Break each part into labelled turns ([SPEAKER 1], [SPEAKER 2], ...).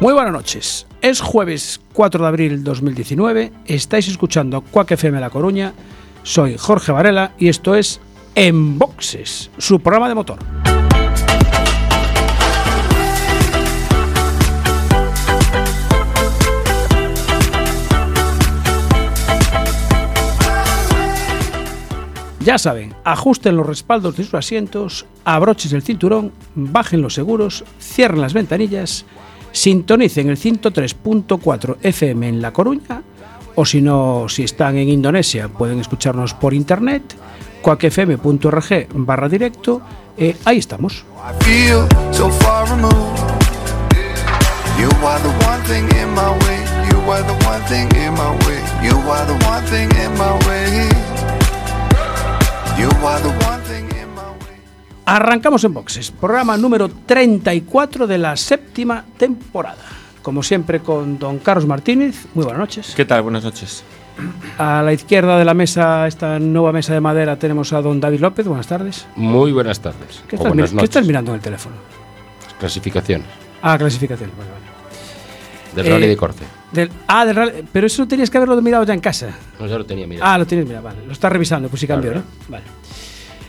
[SPEAKER 1] Muy buenas noches. Es jueves 4 de abril 2019. Estáis escuchando Cuac FM La Coruña. Soy Jorge Varela y esto es En Boxes, su programa de motor. Ya saben, ajusten los respaldos de sus asientos, abrochen el cinturón, bajen los seguros, cierren las ventanillas, sintonicen el 103.4 FM en La Coruña o si no, si están en Indonesia, pueden escucharnos por internet, cuacfm.org barra directo, eh, ahí estamos.
[SPEAKER 2] I feel so far removed. You are the one thing in my way. You are the one thing in my way. You are the one thing in my way. You are the one thing in my way.
[SPEAKER 1] Arrancamos en boxes, programa número 34 de la séptima temporada. Como siempre con don Carlos Martínez, muy buenas noches.
[SPEAKER 3] ¿Qué tal? Buenas noches.
[SPEAKER 1] A la izquierda de la mesa, esta nueva mesa de madera, tenemos a don David López, buenas tardes.
[SPEAKER 4] Muy buenas tardes.
[SPEAKER 1] ¿Qué
[SPEAKER 4] o
[SPEAKER 1] estás,
[SPEAKER 4] buenas
[SPEAKER 1] mir- qué
[SPEAKER 4] noches.
[SPEAKER 1] estás mirando en el teléfono?
[SPEAKER 4] Clasificaciones
[SPEAKER 1] Ah, clasificación, vale, vale.
[SPEAKER 4] del
[SPEAKER 1] Eh,
[SPEAKER 4] Rally de Corte.
[SPEAKER 1] Del- ah, del Real- pero eso tenías que haberlo mirado ya en casa.
[SPEAKER 4] No se lo tenía mirado.
[SPEAKER 1] Ah, lo tienes, mira, vale. Lo estás revisando, pues si cambió, ¿no? Vale.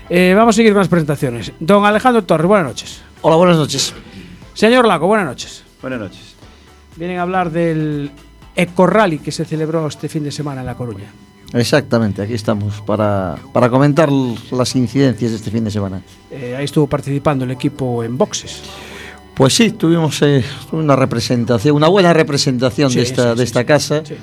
[SPEAKER 1] Eh, vamos a seguir con las presentaciones. Don Alejandro Torres, buenas noches.
[SPEAKER 5] Hola, buenas noches.
[SPEAKER 1] Señor Laco, buenas noches.
[SPEAKER 6] Buenas noches.
[SPEAKER 1] Vienen a hablar del Eco Rally que se celebró este fin de semana en La Coruña.
[SPEAKER 5] Exactamente, aquí estamos para, para comentar l- las incidencias de este fin de semana.
[SPEAKER 1] Eh, ahí estuvo participando el equipo en boxes.
[SPEAKER 5] Pues sí, tuvimos eh, una representación, una buena representación
[SPEAKER 1] Sí,
[SPEAKER 5] de esta,
[SPEAKER 1] sí, sí,
[SPEAKER 5] de esta
[SPEAKER 1] sí.
[SPEAKER 5] casa.
[SPEAKER 1] Sí,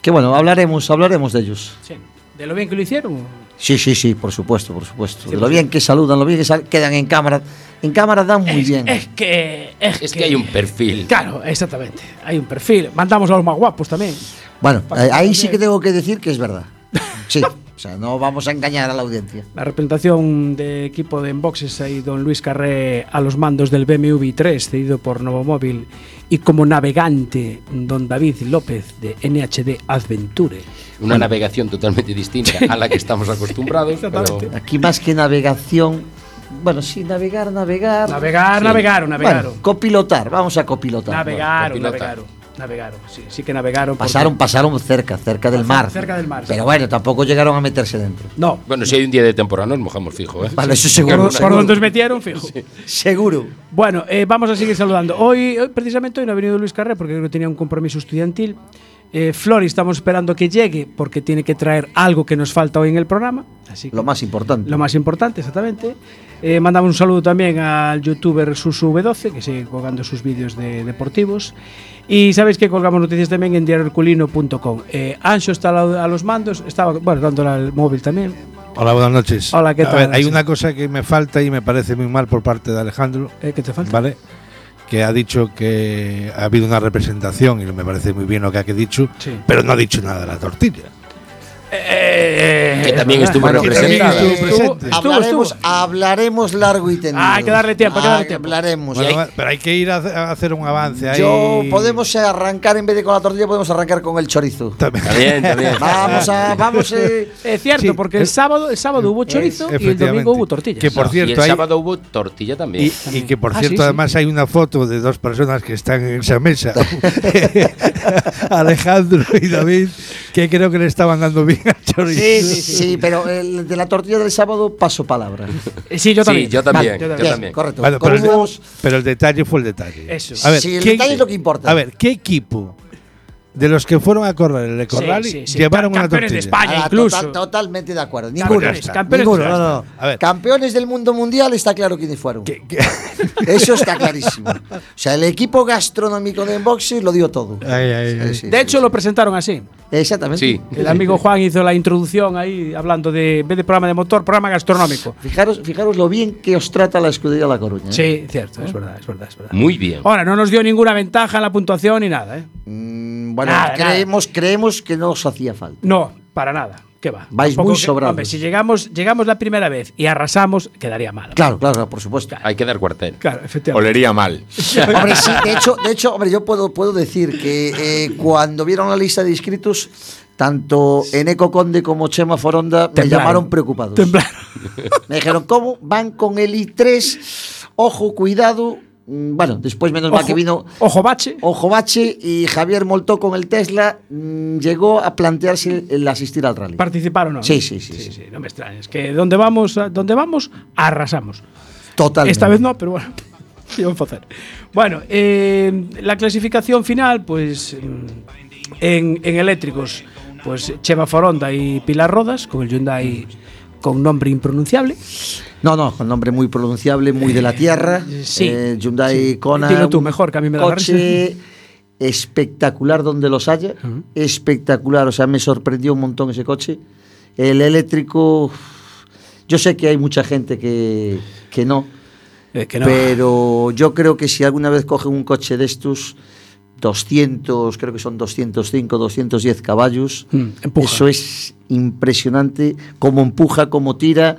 [SPEAKER 5] Que bueno, hablaremos, hablaremos de ellos.
[SPEAKER 1] sí. De lo bien que lo hicieron.
[SPEAKER 5] Sí, sí, sí, por supuesto, por supuesto.
[SPEAKER 1] Sí,
[SPEAKER 5] lo
[SPEAKER 1] por
[SPEAKER 5] bien que saludan, lo bien que sal- quedan en cámara. En cámara dan muy bien.
[SPEAKER 1] Eh, que.
[SPEAKER 4] es que hay un perfil.
[SPEAKER 1] Claro, exactamente. Hay un perfil. Mandamos a los más guapos también.
[SPEAKER 5] Bueno,
[SPEAKER 1] para
[SPEAKER 5] eh,
[SPEAKER 1] que
[SPEAKER 5] ahí
[SPEAKER 1] vean
[SPEAKER 5] sí que
[SPEAKER 1] bien.
[SPEAKER 5] tengo que decir que es verdad. Sí, o sea, no vamos a engañar a la audiencia.
[SPEAKER 1] La representación de equipo de Enboxes ahí don Luis Carré a los mandos del BMW i3 cedido por Novomóvil y como navegante don David López de NHD Adventure.
[SPEAKER 4] Una navegación totalmente distinta a la que estamos acostumbrados. pero
[SPEAKER 1] Exactamente.
[SPEAKER 5] Aquí más que navegación, bueno, sí, navegar, navegar.
[SPEAKER 1] Navegar, navegaron, navegaron.
[SPEAKER 5] Bueno, copilotar, vamos a copilotar.
[SPEAKER 1] navegaron,
[SPEAKER 4] bueno,
[SPEAKER 1] navegaron, navegaron. Sí, sí que navegaron. porque-
[SPEAKER 5] Pasaron, pasaron cerca, cerca del
[SPEAKER 1] Pasaron
[SPEAKER 5] mar.
[SPEAKER 1] cerca del mar, sí.
[SPEAKER 5] Pero bueno, tampoco llegaron a meterse dentro.
[SPEAKER 1] No,
[SPEAKER 4] bueno, si hay un día de temporada nos mojamos fijo, ¿eh?
[SPEAKER 5] Vale, eso
[SPEAKER 1] por,
[SPEAKER 5] seguro.
[SPEAKER 1] por
[SPEAKER 5] seguro.
[SPEAKER 1] donde os metieron, fijo.
[SPEAKER 5] Seguro.
[SPEAKER 1] Bueno, eh, vamos a seguir saludando. Hoy, hoy, precisamente, hoy no ha venido Luis Carré porque creo que tenía un compromiso estudiantil. Eh, Flori, estamos esperando que llegue porque tiene que traer algo que nos falta hoy en el programa. Así que
[SPEAKER 5] Lo más importante.
[SPEAKER 1] lo más importante, exactamente. Eh, mandamos un saludo también al youtuber SusuV12, que sigue colgando sus vídeos de deportivos. Y sabéis que colgamos noticias también en diarioherculino.com. Eh, Ancho está al lado- a los mandos, estaba, bueno, dándole al móvil también.
[SPEAKER 7] Hola, buenas noches.
[SPEAKER 1] Hola, ¿qué
[SPEAKER 7] A
[SPEAKER 1] tal?
[SPEAKER 7] ver, hay una cosa que me falta y me parece muy mal por parte de Alejandro,
[SPEAKER 1] Eh, ¿Qué te falta?
[SPEAKER 7] ¿vale? Que ha dicho que ha habido una representación y me parece muy bien lo que ha que dicho,
[SPEAKER 1] Sí. Eh,
[SPEAKER 7] pero no ha dicho nada de la tortilla.
[SPEAKER 4] Que también
[SPEAKER 1] es
[SPEAKER 4] estuvo
[SPEAKER 7] Bueno,
[SPEAKER 4] representada.
[SPEAKER 7] también estuvo-
[SPEAKER 1] estuvo,
[SPEAKER 5] hablaremos,
[SPEAKER 1] estuvo.
[SPEAKER 5] hablaremos largo y tendido.
[SPEAKER 1] Ah, hay que darle tiempo, hay que darle
[SPEAKER 5] Ah,
[SPEAKER 1] tiempo.
[SPEAKER 5] Hablaremos.
[SPEAKER 7] Bueno,
[SPEAKER 5] Hay-
[SPEAKER 7] va- pero hay que ir a, hacer- a hacer un avance ahí.
[SPEAKER 5] Yo podemos arrancar, en vez de con la tortilla, podemos arrancar con el chorizo.
[SPEAKER 7] También-
[SPEAKER 4] También, también.
[SPEAKER 5] Vamos a. Vamos eh,
[SPEAKER 1] Es cierto,
[SPEAKER 7] Sí,
[SPEAKER 1] porque el
[SPEAKER 7] es- Eh,
[SPEAKER 1] sábado, el sábado hubo chorizo y el
[SPEAKER 7] efectivamente.
[SPEAKER 1] domingo hubo tortillas.
[SPEAKER 7] Que por
[SPEAKER 4] No, y
[SPEAKER 7] cierto,
[SPEAKER 4] el
[SPEAKER 7] hay,
[SPEAKER 4] sábado hubo tortilla también.
[SPEAKER 7] Y, y que por
[SPEAKER 1] Ah,
[SPEAKER 7] cierto,
[SPEAKER 1] sí, sí.
[SPEAKER 7] además hay una foto de dos personas que están en esa mesa, Alejandro y David, que creo que le estaban dando bien a Chorizo.
[SPEAKER 5] Sí, sí, pero el de la tortilla del sábado paso palabra.
[SPEAKER 1] Eh, Sí, yo también.
[SPEAKER 4] Sí, yo también.
[SPEAKER 1] Vale, yo
[SPEAKER 4] yo
[SPEAKER 1] también.
[SPEAKER 4] también.
[SPEAKER 5] correcto.
[SPEAKER 7] Bueno, pero,
[SPEAKER 5] Como
[SPEAKER 7] el, pero el detalle fue el detalle.
[SPEAKER 1] Eso.
[SPEAKER 5] Sí, el detalle es lo que importa.
[SPEAKER 7] A ver, ¿qué equipo de los que fueron a correr el Eco Rally
[SPEAKER 1] sí, sí.
[SPEAKER 7] llevaron
[SPEAKER 1] Ca-
[SPEAKER 7] una
[SPEAKER 1] campeones de
[SPEAKER 7] tortilla.
[SPEAKER 1] España. Vaya, incluso.
[SPEAKER 5] Ah, totalmente de acuerdo. Ninguno.
[SPEAKER 1] Campeones, campeones.
[SPEAKER 5] Ninguno, no, no.
[SPEAKER 7] A ver.
[SPEAKER 5] Campeones del mundo mundial, está claro quiénes fueron.
[SPEAKER 7] Que- que-
[SPEAKER 5] Eso está clarísimo. O sea, el equipo gastronómico de Enboxes lo dio todo.
[SPEAKER 7] Ay, ay, ay.
[SPEAKER 5] Sí, sí,
[SPEAKER 1] De hecho,
[SPEAKER 5] sí,
[SPEAKER 1] lo
[SPEAKER 5] sí.
[SPEAKER 1] presentaron así.
[SPEAKER 5] Exactamente.
[SPEAKER 4] Sí.
[SPEAKER 1] El amigo Juan hizo la introducción ahí hablando de, en vez de programa de motor, programa gastronómico.
[SPEAKER 5] Fijaros, fijaros lo bien que os trata la escudería La Coruña. ¿eh?
[SPEAKER 1] Sí, cierto, es verdad, es verdad, es verdad.
[SPEAKER 4] Muy bien.
[SPEAKER 1] Ahora, no nos dio ninguna ventaja en la puntuación ni nada, ¿eh?
[SPEAKER 5] Mm, bueno,
[SPEAKER 1] Nada,
[SPEAKER 5] creemos, creemos que no os hacía falta.
[SPEAKER 1] No, para nada. ¿Qué va?
[SPEAKER 5] Vais
[SPEAKER 1] Tampoco
[SPEAKER 5] muy
[SPEAKER 1] que-
[SPEAKER 5] sobrados.
[SPEAKER 1] Hombre, si llegamos, llegamos la primera vez y arrasamos, quedaría mal.
[SPEAKER 5] Claro, claro, por supuesto.
[SPEAKER 4] Hay que dar cuartel.
[SPEAKER 1] Claro, efectivamente.
[SPEAKER 3] Olería mal.
[SPEAKER 5] Hombre, sí, de hecho, de hecho, hombre, yo puedo, puedo decir que eh, cuando vieron la lista de inscritos, tanto Eneco Conde como Chema Foronda me
[SPEAKER 1] Temblaron.
[SPEAKER 5] llamaron preocupados.
[SPEAKER 1] Temblaron.
[SPEAKER 5] Me dijeron, ¿cómo? Van con el I3, ojo, cuidado. Mm, Bueno, después menos mal que vino
[SPEAKER 1] ojo bache.
[SPEAKER 5] Ojo Bache y Javier Moltó con el Tesla mm, llegó a plantearse el asistir al rally.
[SPEAKER 1] ¿Participaron o no?
[SPEAKER 5] Sí, sí, sí,
[SPEAKER 1] sí,
[SPEAKER 5] sí.
[SPEAKER 1] sí, Eh, No me extrañes. Que donde vamos, a- donde vamos arrasamos.
[SPEAKER 5] Totalmente.
[SPEAKER 1] Esta vez no, pero bueno. ¿qué vamos a hacer? Bueno, eh, la clasificación final, pues mm, en, en eléctricos, pues Cheva Foronda y Pilar Rodas con el Hyundai con nombre impronunciable.
[SPEAKER 5] No, no, con nombre muy pronunciable, muy de la tierra.
[SPEAKER 1] sí,
[SPEAKER 5] Eh, Hyundai
[SPEAKER 1] sí.
[SPEAKER 5] Kona.
[SPEAKER 1] Dilo tú
[SPEAKER 5] un
[SPEAKER 1] mejor, que a mí me da la
[SPEAKER 5] coche espectacular donde los haya.
[SPEAKER 1] Ah.
[SPEAKER 5] Espectacular, o sea, me sorprendió un montón ese coche. El eléctrico. Yo sé que hay mucha gente que, que no,
[SPEAKER 1] Eh, que no-
[SPEAKER 5] pero yo creo que si alguna vez cogen un coche de estos. 200, creo que son 205, 210 caballos.
[SPEAKER 1] Mm, empuja.
[SPEAKER 5] Eso es impresionante, cómo empuja, cómo tira.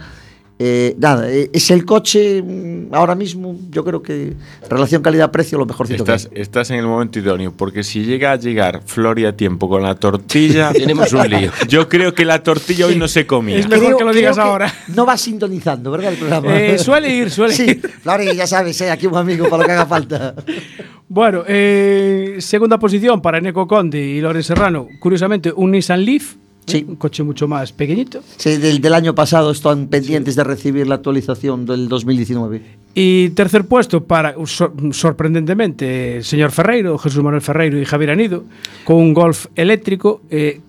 [SPEAKER 5] Eh, nada, eh, es el coche mm, ahora mismo, yo creo que relación calidad-precio lo mejorcito
[SPEAKER 3] Estás,
[SPEAKER 5] que hay.
[SPEAKER 3] estás en el momento idóneo, porque si llega a llegar Flori a tiempo con la tortilla,
[SPEAKER 4] Tenemos un lío.
[SPEAKER 3] yo creo que la tortilla hoy no se
[SPEAKER 1] Es
[SPEAKER 3] comía.
[SPEAKER 1] mejor
[SPEAKER 5] Creo-
[SPEAKER 1] que lo
[SPEAKER 5] creo
[SPEAKER 1] digas ahora.
[SPEAKER 5] No va sintonizando, ¿verdad? El programa.
[SPEAKER 1] Eh, suele ir, suele
[SPEAKER 5] Sí,
[SPEAKER 1] ir.
[SPEAKER 5] Flori, ya sabes, eh, aquí un amigo para lo que haga falta.
[SPEAKER 1] Bueno, eh, segunda posición para Eneco Conde y Loren Serrano. Curiosamente, un Nissan Leaf,
[SPEAKER 5] Sí.
[SPEAKER 1] un coche mucho más pequeñito.
[SPEAKER 5] Sí, del, del año pasado están pendientes de recibir la actualización del 2019.
[SPEAKER 1] Y tercer puesto para, sor- sorprendentemente, el señor Ferreiro, Jesús Manuel Ferreiro y Javier Anido, con un golf eléctrico. eh,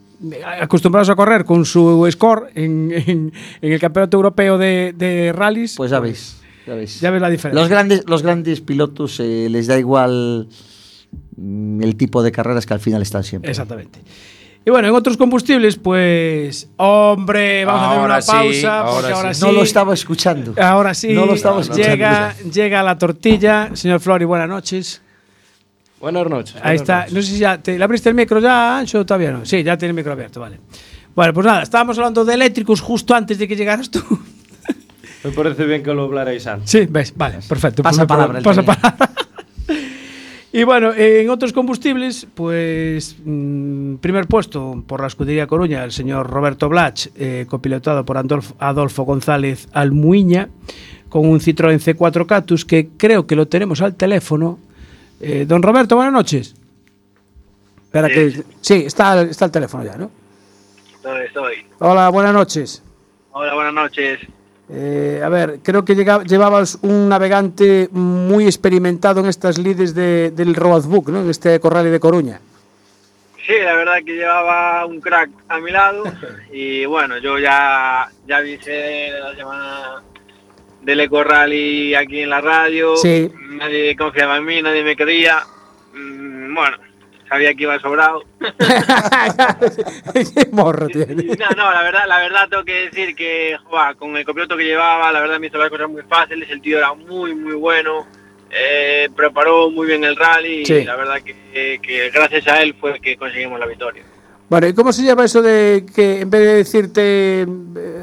[SPEAKER 1] acostumbrados a correr con su score en, en- en el Campeonato Europeo de, de Rallys.
[SPEAKER 5] Pues ya veis. Ya veis.
[SPEAKER 1] Ya ves la diferencia.
[SPEAKER 5] Los grandes, los grandes pilotos eh, les da igual mm, el tipo de carreras que al final están siempre.
[SPEAKER 1] Exactamente. Y bueno, en otros combustibles, pues. Hombre, vamos a
[SPEAKER 4] Ahora sí,
[SPEAKER 1] hacer una pausa. porque
[SPEAKER 4] ahora
[SPEAKER 1] ahora sí.
[SPEAKER 5] No lo estaba escuchando.
[SPEAKER 1] Ahora sí.
[SPEAKER 5] No lo estaba escuchando.
[SPEAKER 1] llega, llega la tortilla. Señor Flori, buenas noches.
[SPEAKER 4] Buenas noches.
[SPEAKER 1] Ahí está. No sé si ya. ¿Te, ¿Le abriste el micro ya, Ancho? Todavía no. Sí, ya tiene el micro abierto, vale. Bueno, pues nada, estábamos hablando de eléctricos justo antes de que llegaras tú.
[SPEAKER 6] Me parece bien que lo hablaréis antes.
[SPEAKER 1] Sí, ves, vale, perfecto. Pues
[SPEAKER 5] Pasa
[SPEAKER 1] no hay
[SPEAKER 5] palabra, el
[SPEAKER 1] problema.
[SPEAKER 5] que
[SPEAKER 1] Pasa palabra. Y bueno, en otros combustibles, pues mm, primer puesto por la escudería Coruña, el señor Roberto Blach, eh, copilotado por Andolf- Adolfo González Almuiña, con un Citroën C4 Catus, que creo que lo tenemos al teléfono. Eh, don Roberto, buenas noches. Espera que... Sí, está, está el teléfono ya, ¿no?
[SPEAKER 8] ¿Dónde estoy?
[SPEAKER 1] Hola, buenas noches.
[SPEAKER 8] Hola, buenas noches.
[SPEAKER 1] Eh, a ver, creo que llega- llevabas un navegante muy experimentado en estas lides de- del roadbook, ¿no? En este corral de Coruña.
[SPEAKER 8] Sí, la verdad que llevaba un crack a mi lado y bueno, yo ya, ya avisé la semana del Eco Rally aquí en la radio.
[SPEAKER 1] Sí.
[SPEAKER 8] Nadie confiaba en mí, nadie me quería. Mm, Bueno, sabía que iba sobrado.
[SPEAKER 1] Qué morro tiene.
[SPEAKER 8] No, no, la verdad, la verdad tengo que decir que joa, con el copiloto que llevaba, la verdad me hizo las cosas muy fáciles, el tío era muy, muy bueno, eh, preparó muy bien el rally
[SPEAKER 1] Sí.
[SPEAKER 8] y la verdad que, que gracias a él fue que conseguimos la victoria.
[SPEAKER 1] Bueno, ¿y cómo se llama eso de que en vez de decirte eh,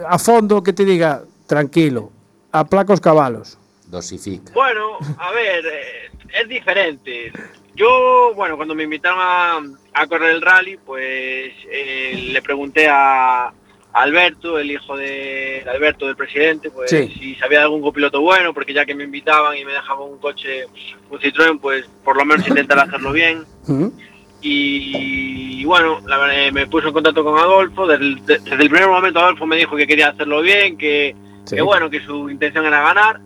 [SPEAKER 1] a fondo que te diga tranquilo, a placos cabalos?
[SPEAKER 4] Dosifica.
[SPEAKER 8] Bueno, a ver, eh, es diferente. Yo, bueno, cuando me invitaron a, a correr el rally, pues eh, le pregunté a Alberto, el hijo de de Alberto, del presidente, pues
[SPEAKER 1] Sí.
[SPEAKER 8] si sabía de algún copiloto bueno, porque ya que me invitaban y me dejaban un coche, un Citroën, pues por lo menos intentar hacerlo bien.
[SPEAKER 1] ¿Mm?
[SPEAKER 8] Y, bueno, la verdad, eh, me puso en contacto con Adolfo. Desde el, de- desde el primer momento Adolfo me dijo que quería hacerlo bien, que,
[SPEAKER 1] Sí.
[SPEAKER 8] que bueno, que su intención era ganar.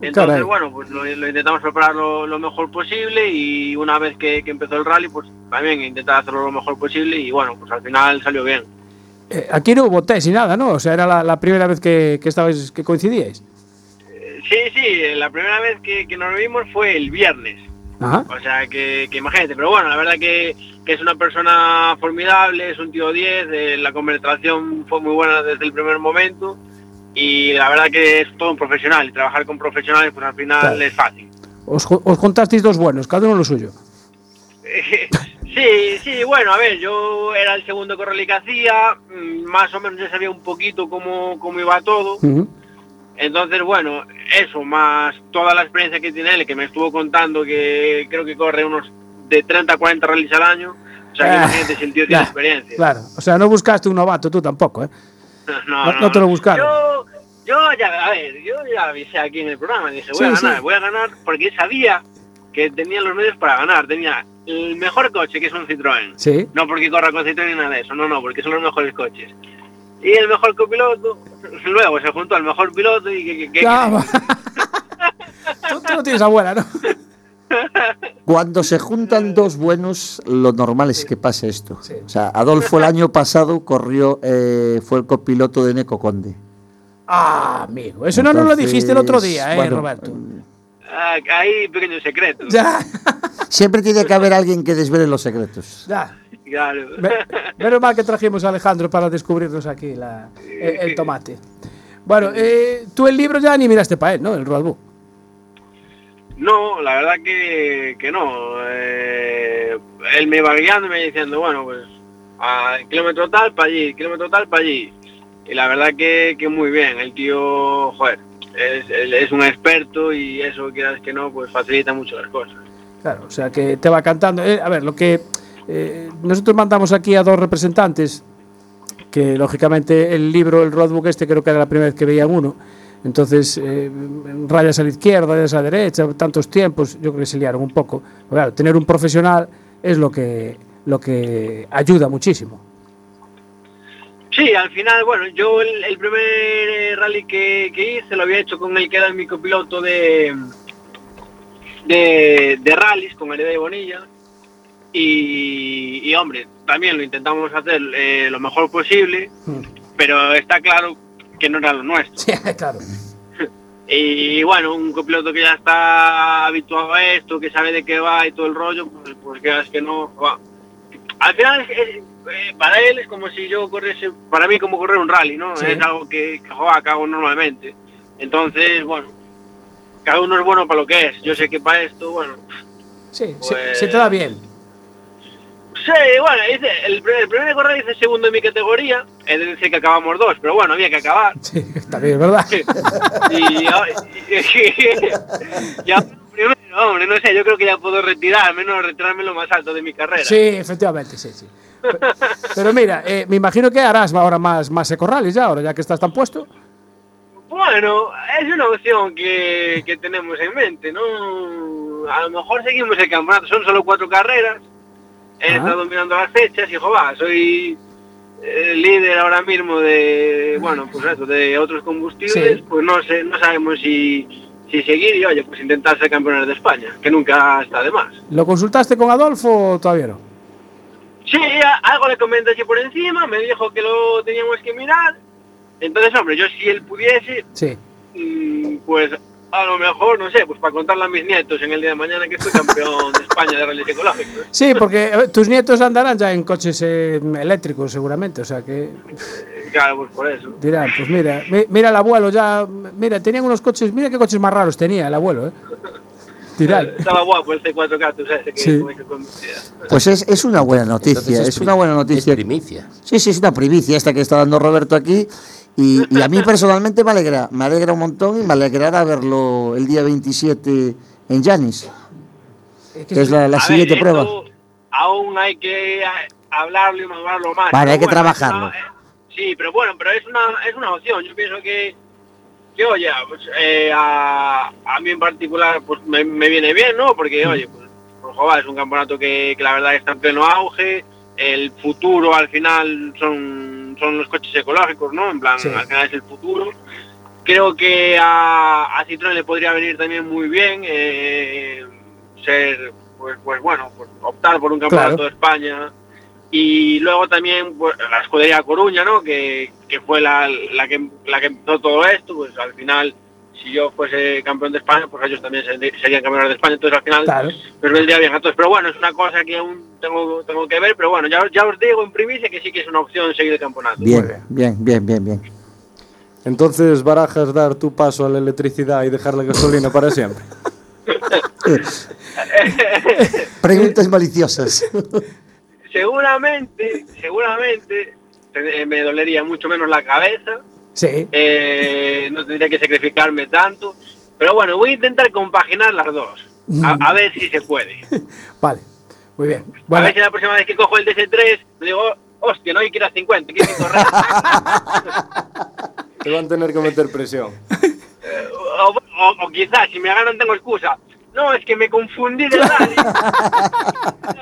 [SPEAKER 8] Entonces,
[SPEAKER 5] Caray.
[SPEAKER 8] bueno, pues lo, lo intentamos preparar lo, lo mejor posible y una vez que, que empezó el rally, pues también intentar hacerlo lo mejor posible y bueno, pues al final salió bien.
[SPEAKER 1] Eh, aquí no hubo test ni nada, ¿no? O sea, era la, la primera vez que, que estabais, que coincidíais.
[SPEAKER 8] Eh, Sí, sí, eh, la primera vez que, que nos vimos fue el viernes.
[SPEAKER 1] Ajá.
[SPEAKER 8] O sea, que, que imagínate, pero bueno, la verdad que, que es una persona formidable, es un tío 10, eh, la conversación fue muy buena desde el primer momento y la verdad que es todo un profesional y trabajar con profesionales pues al final
[SPEAKER 1] Claro.
[SPEAKER 8] es fácil.
[SPEAKER 1] Os, ju- os juntasteis dos buenos, cada uno lo suyo.
[SPEAKER 8] Sí, sí, bueno, a ver, yo era el segundo correo que hacía, mm, más o menos ya sabía un poquito cómo, cómo iba todo,
[SPEAKER 1] Ujú.
[SPEAKER 8] entonces bueno, eso, más toda la experiencia que tiene él, que me estuvo contando que creo que corre unos de 30 a 40 rallies al año, o sea, que
[SPEAKER 1] Ah,
[SPEAKER 8] imagínate si el tío
[SPEAKER 1] ya,
[SPEAKER 8] tiene experiencia.
[SPEAKER 1] Claro, o sea, no buscaste un novato tú tampoco, ¿eh? No- no te lo buscaron.
[SPEAKER 8] Yo, yo ya, a ver, yo ya avisé aquí en el programa, dije, voy a
[SPEAKER 1] Sí,
[SPEAKER 8] ganar,
[SPEAKER 1] sí.
[SPEAKER 8] voy a ganar, porque sabía que tenía los medios para ganar, tenía el mejor coche, que es un Citroën.
[SPEAKER 1] Sí.
[SPEAKER 8] No porque corra con Citroën ni nada de eso, no, no, porque son los mejores coches. Y el mejor copiloto, luego se juntó al mejor piloto y que... que- que-
[SPEAKER 1] Ah, va. tú, tú no tienes abuela, ¿no?
[SPEAKER 5] Cuando se juntan dos buenos, lo normal es que pase esto. O sea, Adolfo el año pasado corrió, eh, fue el copiloto de Neco Conde.
[SPEAKER 1] Ah, amigo, eso no nos lo
[SPEAKER 5] Entonces,
[SPEAKER 1] dijiste el otro día, ¿eh,
[SPEAKER 5] bueno,
[SPEAKER 1] Roberto?
[SPEAKER 8] Ah, ahí pequeño secreto.
[SPEAKER 1] Ya,
[SPEAKER 5] Siempre tiene que haber alguien que desvele los secretos.
[SPEAKER 1] ya.
[SPEAKER 8] Claro.
[SPEAKER 1] Me- Menos mal que trajimos a Alejandro para descubrirnos aquí la- eh, el tomate. Bueno, eh, tú el libro ya ni miraste para él, ¿no? El roadbook.
[SPEAKER 8] No, la verdad que, que no. Eh, él me iba guiando y me iba diciendo, bueno, pues a kilómetro tal para allí, kilómetro tal para allí. Y la verdad que, que muy bien, el tío, joder, es, él es un experto y eso, quieras que no, pues facilita mucho las cosas.
[SPEAKER 1] Claro, o sea que te va cantando. Eh, a ver, lo que eh, nosotros mandamos aquí a dos representantes, que lógicamente el libro, el roadbook este, creo que era la primera vez que veían uno. Entonces, eh, rayas a la izquierda, rayas a la derecha, tantos tiempos, yo creo que se liaron un poco. Pero claro, tener un profesional es lo que, lo que ayuda muchísimo.
[SPEAKER 8] Sí, al final, bueno, yo el, el primer eh, rally que, que hice lo había hecho con el que era mi copiloto de, de, de rallies, con Hereda y Bonilla. Y, y, hombre, también lo intentamos hacer eh, lo mejor posible, pero está claro que no era lo nuestro.
[SPEAKER 1] Sí, claro.
[SPEAKER 8] Y bueno, un copiloto que ya está habituado a esto, que sabe de qué va y todo el rollo, pues, pues que es que no. va. Al final, es- es- eh, para él es como si yo corriese, para mí como correr un rally, ¿no?
[SPEAKER 1] Sí.
[SPEAKER 8] Es algo que, que jo, que hago normalmente. Entonces, bueno, cada uno es bueno para lo que es. Yo sé que para esto, bueno,
[SPEAKER 1] Sí, se,
[SPEAKER 8] Pues-
[SPEAKER 1] se te da bien.
[SPEAKER 8] Sí, bueno, hice, Eh, el, primer- el primer correr hice segundo en mi categoría, es decir, que acabamos dos, pero bueno, había que acabar.
[SPEAKER 1] Sí, también es verdad.
[SPEAKER 8] y, ahora- y ahora primero, hombre, no sé, yo creo que ya puedo retirarme, no retirarme lo más alto de mi carrera.
[SPEAKER 1] Sí, efectivamente, sí, sí. Pero, pero mira, eh, me imagino que harás ahora más, más ecorrales ya, ahora ya que estás tan puesto.
[SPEAKER 8] Bueno, es una opción que, que tenemos en mente, ¿no? A lo mejor seguimos el campeonato, son solo cuatro carreras, he
[SPEAKER 1] Ah.
[SPEAKER 8] estado mirando las fechas y, joder, soy eh, líder ahora mismo de, bueno, pues eso, de otros combustibles,
[SPEAKER 1] Sí.
[SPEAKER 8] pues no sé, no sabemos si, si seguir y, oye, pues intentar ser campeones de España, que nunca está de más.
[SPEAKER 1] ¿Lo consultaste con Adolfo o todavía no?
[SPEAKER 8] Sí, a- algo le comenté así por encima, me dijo que lo teníamos que mirar. Entonces, hombre, yo si él pudiese,
[SPEAKER 1] Sí.
[SPEAKER 8] mm, pues a lo mejor, no sé, pues para contarle a mis nietos en el día de mañana que soy campeón de España de rally ecológico.
[SPEAKER 1] Sí, porque a ver, tus nietos andarán ya en coches eh, eléctricos seguramente, o sea que
[SPEAKER 8] Claro, pues por eso.
[SPEAKER 1] dirán, pues mira, mi- mira el abuelo ya, mira, tenían unos coches, mira qué coches más raros tenía el abuelo, ¿eh? Dirán.
[SPEAKER 8] Eh, Estaba guapo el C4K, tú sabes, que
[SPEAKER 1] Sí.
[SPEAKER 8] como que conducía.
[SPEAKER 5] Pues es, es una buena
[SPEAKER 4] Entonces
[SPEAKER 5] noticia, es una
[SPEAKER 4] pri-
[SPEAKER 5] buena
[SPEAKER 4] Es
[SPEAKER 5] noticia.
[SPEAKER 4] primicia.
[SPEAKER 5] Sí, sí, es una primicia esta que está dando Roberto aquí. Y, y a mí personalmente me alegra, me alegra un montón y me alegrará verlo el día 27 en Yanis,
[SPEAKER 1] Es que
[SPEAKER 5] que es la, la
[SPEAKER 8] A ver,
[SPEAKER 5] siguiente
[SPEAKER 8] esto
[SPEAKER 5] prueba.
[SPEAKER 8] Aún hay que a- hablarlo y madurarlo más.
[SPEAKER 5] Vale, hay que
[SPEAKER 8] Pero bueno,
[SPEAKER 5] trabajarlo.
[SPEAKER 1] Ah,
[SPEAKER 8] es
[SPEAKER 1] eh.
[SPEAKER 8] una- sí, pero bueno, pero es una, es una opción. Yo pienso que, que oye, pues, eh, a, a mí en particular pues me, me viene bien, ¿no? Porque, oye, pues, pues, joder, es un campeonato que, que la verdad está en pleno auge. El futuro al final son, son los coches ecológicos, ¿no? En plan,
[SPEAKER 1] Sí.
[SPEAKER 8] al final es el futuro. Creo que a, a Citroën le podría venir también muy bien eh, ser, pues, pues bueno, pues, optar por un campeonato
[SPEAKER 1] Claro.
[SPEAKER 8] de España. Y luego también pues, la escudería Coruña, ¿no? Que, que fue la, la que, la que empezó todo esto, pues al final, si yo fuese campeón de España, pues ellos también ser- serían campeones de España, entonces al final
[SPEAKER 1] Claro.
[SPEAKER 8] pues vendría bien a todos. Pero bueno, es una cosa que aún tengo, tengo que ver, pero bueno, ya, ya os digo en primicia que sí que es una opción seguir el campeonato.
[SPEAKER 5] Bien, bien, bien, bien, bien.
[SPEAKER 6] Entonces, ¿barajas dar tu paso a la electricidad y dejar la gasolina para siempre?
[SPEAKER 5] Preguntas maliciosas.
[SPEAKER 8] Seguramente, seguramente eh, me dolería mucho menos la cabeza,
[SPEAKER 1] Sí.
[SPEAKER 8] eh, no tendría que sacrificarme tanto, pero bueno, voy a intentar compaginar las dos,
[SPEAKER 1] Mm.
[SPEAKER 8] a, a ver si se puede.
[SPEAKER 1] Vale. Muy bien.
[SPEAKER 8] A
[SPEAKER 1] Bueno,
[SPEAKER 8] ver si la próxima vez que cojo el DC3, me digo, hostia, no hay que ir a 50, que hay que correr.
[SPEAKER 6] Te van a tener que meter presión.
[SPEAKER 8] Eh, o, o- o quizás, si me ganan tengo excusa. No, es que me confundí de rally.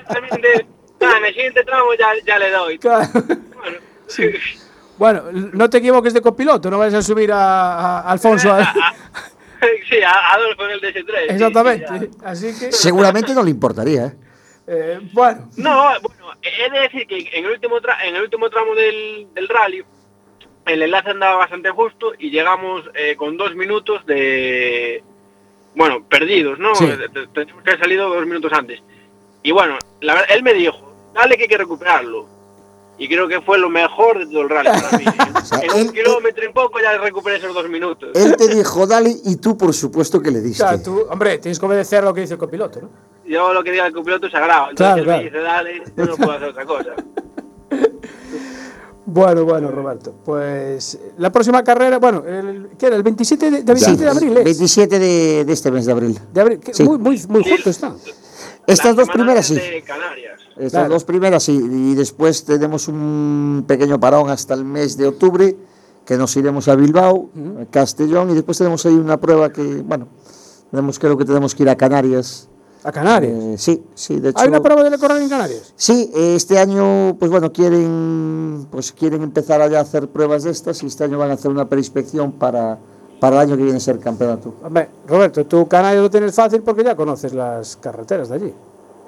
[SPEAKER 8] También de- nada, en el siguiente tramo ya, ya le doy.
[SPEAKER 1] claro.
[SPEAKER 8] Bueno,
[SPEAKER 1] Bueno, no te equivoques de copiloto, no vayas a subir a, a Alfonso. a-
[SPEAKER 8] sí, a Adolfo en el DC3. sí, sí,
[SPEAKER 1] Exactamente.
[SPEAKER 8] ya.
[SPEAKER 1] Así que,
[SPEAKER 5] Seguramente no le importaría, ¿eh?
[SPEAKER 1] eh, bueno.
[SPEAKER 8] No, bueno, he de decir que en el último, tra- en el último tramo del, del rally, el enlace andaba bastante justo y llegamos eh, con dos minutos de... Bueno, perdidos, ¿no?
[SPEAKER 1] Sí.
[SPEAKER 8] Te- te- Tenemos que haber salido dos minutos antes. Y bueno, la verdad, él me dijo, dale que hay que recuperarlo. Y creo que fue lo mejor de todo el rally para mí. ¿eh?
[SPEAKER 5] sea,
[SPEAKER 8] en
[SPEAKER 5] él-
[SPEAKER 8] un kilómetro y poco ya recuperé esos dos minutos.
[SPEAKER 5] Él te dijo, dale, y tú por supuesto que le diste.
[SPEAKER 1] Claro, tú, hombre, tienes que obedecer lo que dice el copiloto, ¿no?
[SPEAKER 8] Yo lo que diga el copiloto es sagrado.
[SPEAKER 1] Claro,
[SPEAKER 8] Entonces él
[SPEAKER 1] claro.
[SPEAKER 8] me dice, dale, yo no puedo hacer otra cosa.
[SPEAKER 1] Bueno, bueno, Roberto. Pues eh, la próxima carrera, bueno, el, ¿qué era? El 27 de, de 27 de abril, ¿eh?
[SPEAKER 5] 27 de, de este mes de abril.
[SPEAKER 1] De abril, que
[SPEAKER 5] Sí.
[SPEAKER 1] muy, muy, muy junto está.
[SPEAKER 5] Estas
[SPEAKER 8] Las
[SPEAKER 5] dos
[SPEAKER 8] semanas
[SPEAKER 5] primeras sí.
[SPEAKER 8] de Canarias.
[SPEAKER 5] Estas
[SPEAKER 1] Claro.
[SPEAKER 5] dos primeras sí. Y después tenemos un pequeño parón hasta el mes de octubre, que nos iremos a Bilbao, a Castellón, y después tenemos ahí una prueba que, bueno, tenemos, creo que tenemos que ir a Canarias.
[SPEAKER 1] A Canarias.
[SPEAKER 5] Eh, sí, sí, de hecho.
[SPEAKER 1] ¿Hay una prueba de correr en Canarias?
[SPEAKER 5] Sí, eh, este año, pues bueno, quieren, pues quieren empezar allá a hacer pruebas de estas y este año van a hacer una preinspección para, para el año que viene ser campeonato.
[SPEAKER 1] Hombre, Roberto, tú Canarias lo tienes fácil porque ya conoces las carreteras de allí.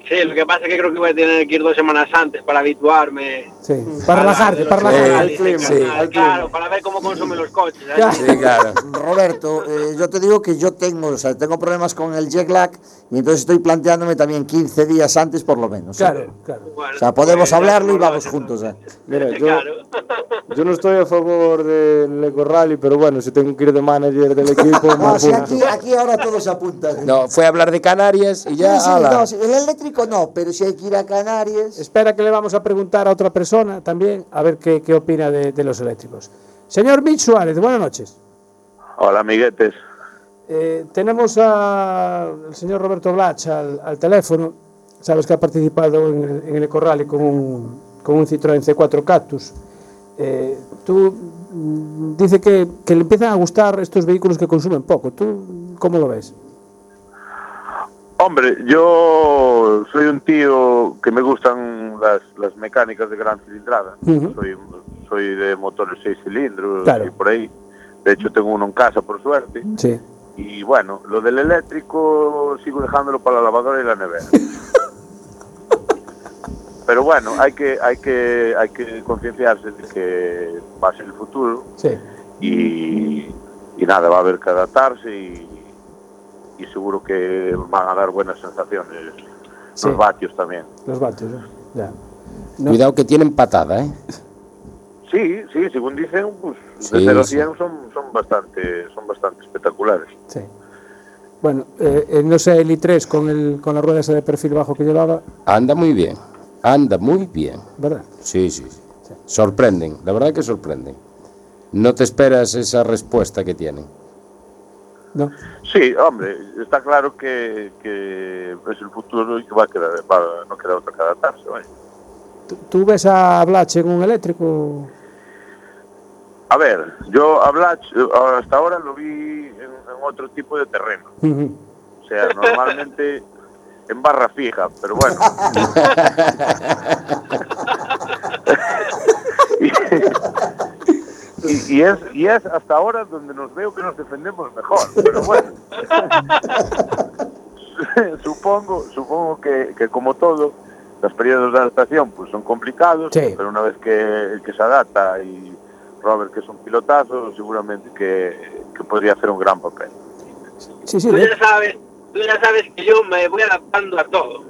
[SPEAKER 8] Sí, lo que pasa es que creo que voy a tener que ir dos semanas antes para habituarme.
[SPEAKER 1] Sí. Para
[SPEAKER 8] a la-
[SPEAKER 1] relajarte,
[SPEAKER 8] de los
[SPEAKER 1] para relajarte.
[SPEAKER 8] canales, de
[SPEAKER 5] clima,
[SPEAKER 8] canal,
[SPEAKER 5] al clima.
[SPEAKER 8] Claro, para ver cómo consumen los coches. ¿eh?
[SPEAKER 1] Ya.
[SPEAKER 4] Sí, claro.
[SPEAKER 5] Roberto, eh, yo te digo que yo tengo, o sea, tengo problemas con el jet lag y entonces estoy planteándome también 15 días antes por lo menos. ¿eh?
[SPEAKER 1] Claro, claro.
[SPEAKER 8] Bueno,
[SPEAKER 5] O sea, podemos
[SPEAKER 8] pues,
[SPEAKER 5] hablarlo y
[SPEAKER 8] pues,
[SPEAKER 5] vamos
[SPEAKER 8] entonces.
[SPEAKER 5] juntos. ¿eh?
[SPEAKER 6] Mira, yo,
[SPEAKER 8] Claro.
[SPEAKER 6] yo no estoy a favor del Eco Rally, pero bueno, si tengo que ir de manager del equipo, me
[SPEAKER 5] No, sí,
[SPEAKER 6] apunto.
[SPEAKER 5] aquí, aquí ahora todo se apunta.
[SPEAKER 4] No, fue a hablar de Canarias y ya.
[SPEAKER 5] Sí, sí,
[SPEAKER 4] ala.
[SPEAKER 5] no, sí, el eléctrico no, pero si hay que ir a Canarias.
[SPEAKER 1] Espera que le vamos a preguntar a otra persona también a ver qué, qué opina de, de los eléctricos. Señor Mitch Suárez, buenas noches.
[SPEAKER 9] Hola, amiguetes.
[SPEAKER 1] Eh, tenemos a- al señor Roberto Blach al, al teléfono. Sabes que ha participado en el, en el Eco Rally con un, con un Citroën C4 Cactus. Eh, tú mm, dice que, que le empiezan a gustar estos vehículos que consumen poco. ¿Tú cómo lo ves?
[SPEAKER 9] Hombre, yo soy un tío que me gustan las, las mecánicas de gran cilindrada.
[SPEAKER 1] Ujú.
[SPEAKER 9] soy, soy de motores seis cilindros
[SPEAKER 1] Claro.
[SPEAKER 9] y por ahí. De hecho, tengo uno en casa, por suerte.
[SPEAKER 1] Sí.
[SPEAKER 9] Y bueno, lo del eléctrico sigo dejándolo para la lavadora y la nevera. Pero bueno, hay que, hay que, hay que concienciarse de que va a ser el futuro
[SPEAKER 1] Sí.
[SPEAKER 9] y, y nada, va a haber que adaptarse y, y seguro que van a dar buenas sensaciones
[SPEAKER 1] Sí.
[SPEAKER 9] los vatios también.
[SPEAKER 1] Los vatios. ¿no? Ya. No.
[SPEAKER 4] Cuidado que tienen patada, ¿eh?
[SPEAKER 9] Sí, sí, según dicen, pues
[SPEAKER 4] Sí,
[SPEAKER 9] de 0 a
[SPEAKER 4] sí.
[SPEAKER 9] 100 son, son, bastante, son bastante espectaculares.
[SPEAKER 1] Sí. Bueno, eh, eh, no sé, el i3 con, el, con la rueda esa de perfil bajo que llevaba,
[SPEAKER 4] Anda muy bien. Anda muy bien.
[SPEAKER 1] ¿verdad?
[SPEAKER 4] Sí, sí. sí. Sorprenden. La verdad que sorprenden. No te esperas esa respuesta que tienen.
[SPEAKER 1] No.
[SPEAKER 9] Sí, hombre, está claro que, que es el futuro y que va a quedar, va- no queda otra que adaptarse. vaya.
[SPEAKER 1] ¿Tú- ¿Tú ves a Blach en un eléctrico?
[SPEAKER 9] A ver, yo a Blatch, eh, hasta ahora lo vi en, en otro tipo de terreno.
[SPEAKER 1] Ujú.
[SPEAKER 9] O sea, normalmente en barra fija, pero bueno. y, y es, y es hasta ahora donde nos veo que nos defendemos mejor. Pero bueno. supongo supongo que, que como todo, los periodos de adaptación pues son complicados,
[SPEAKER 5] Sí.
[SPEAKER 9] pero una vez que, que se adapta y Robert que es un pilotazo, seguramente que, que podría hacer un gran papel.
[SPEAKER 1] Sí, sí,
[SPEAKER 8] Tú
[SPEAKER 1] de-
[SPEAKER 8] ya sabes, tú ya sabes que yo me voy adaptando a todo.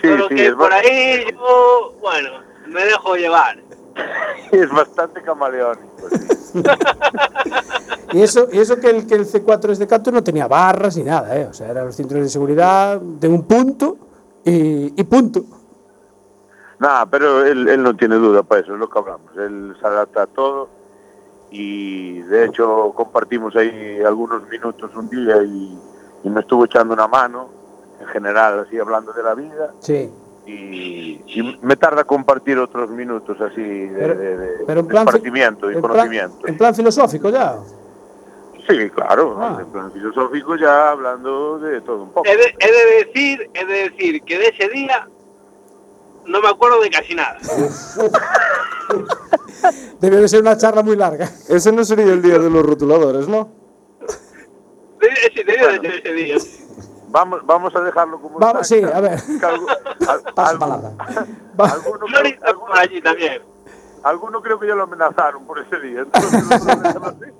[SPEAKER 9] Sí,
[SPEAKER 8] Solo
[SPEAKER 9] sí,
[SPEAKER 8] que
[SPEAKER 9] es,
[SPEAKER 8] por
[SPEAKER 9] ba-
[SPEAKER 8] ahí yo, bueno, me dejo llevar.
[SPEAKER 9] es bastante camaleónico. sí.
[SPEAKER 1] Y eso, y eso que, el, que el C4 es de Cato no tenía barras ni nada, ¿eh? O sea, eran los cinturones de seguridad de un punto y, y punto.
[SPEAKER 9] Nada, pero él, él no tiene duda para eso, es lo que hablamos. Él se adapta a todo y de hecho compartimos ahí algunos minutos un día y, y me estuvo echando una mano, en general, así hablando de la vida.
[SPEAKER 1] Sí.
[SPEAKER 9] Y, y me tarda compartir otros minutos así de,
[SPEAKER 1] Pero-
[SPEAKER 9] de- de-
[SPEAKER 1] Pero en
[SPEAKER 9] de
[SPEAKER 1] plan. fi-
[SPEAKER 9] esparcimiento y
[SPEAKER 1] en plan-
[SPEAKER 9] conocimiento.
[SPEAKER 1] en plan filosófico ya.
[SPEAKER 9] Sí, claro,
[SPEAKER 1] Ah.
[SPEAKER 9] en plan filosófico ya hablando de todo un poco.
[SPEAKER 8] He de, he de decir, he de decir que de ese día no me acuerdo de casi nada.
[SPEAKER 1] Debió de ser una charla muy larga.
[SPEAKER 6] Ese no sería el día de los rotuladores, ¿no?
[SPEAKER 8] De, ese, debió de
[SPEAKER 9] Bueno.
[SPEAKER 8] ser ese día.
[SPEAKER 9] Vamos, vamos a dejarlo como
[SPEAKER 1] Vamos,
[SPEAKER 9] está.
[SPEAKER 1] sí, a ver.
[SPEAKER 9] Que algo- al-
[SPEAKER 1] Paso
[SPEAKER 9] algo-
[SPEAKER 1] palabra.
[SPEAKER 9] alguno-
[SPEAKER 8] Flori está por allí también.
[SPEAKER 9] Alguno creo que ya lo amenazaron por ese día. entonces no puedo dejarlo así.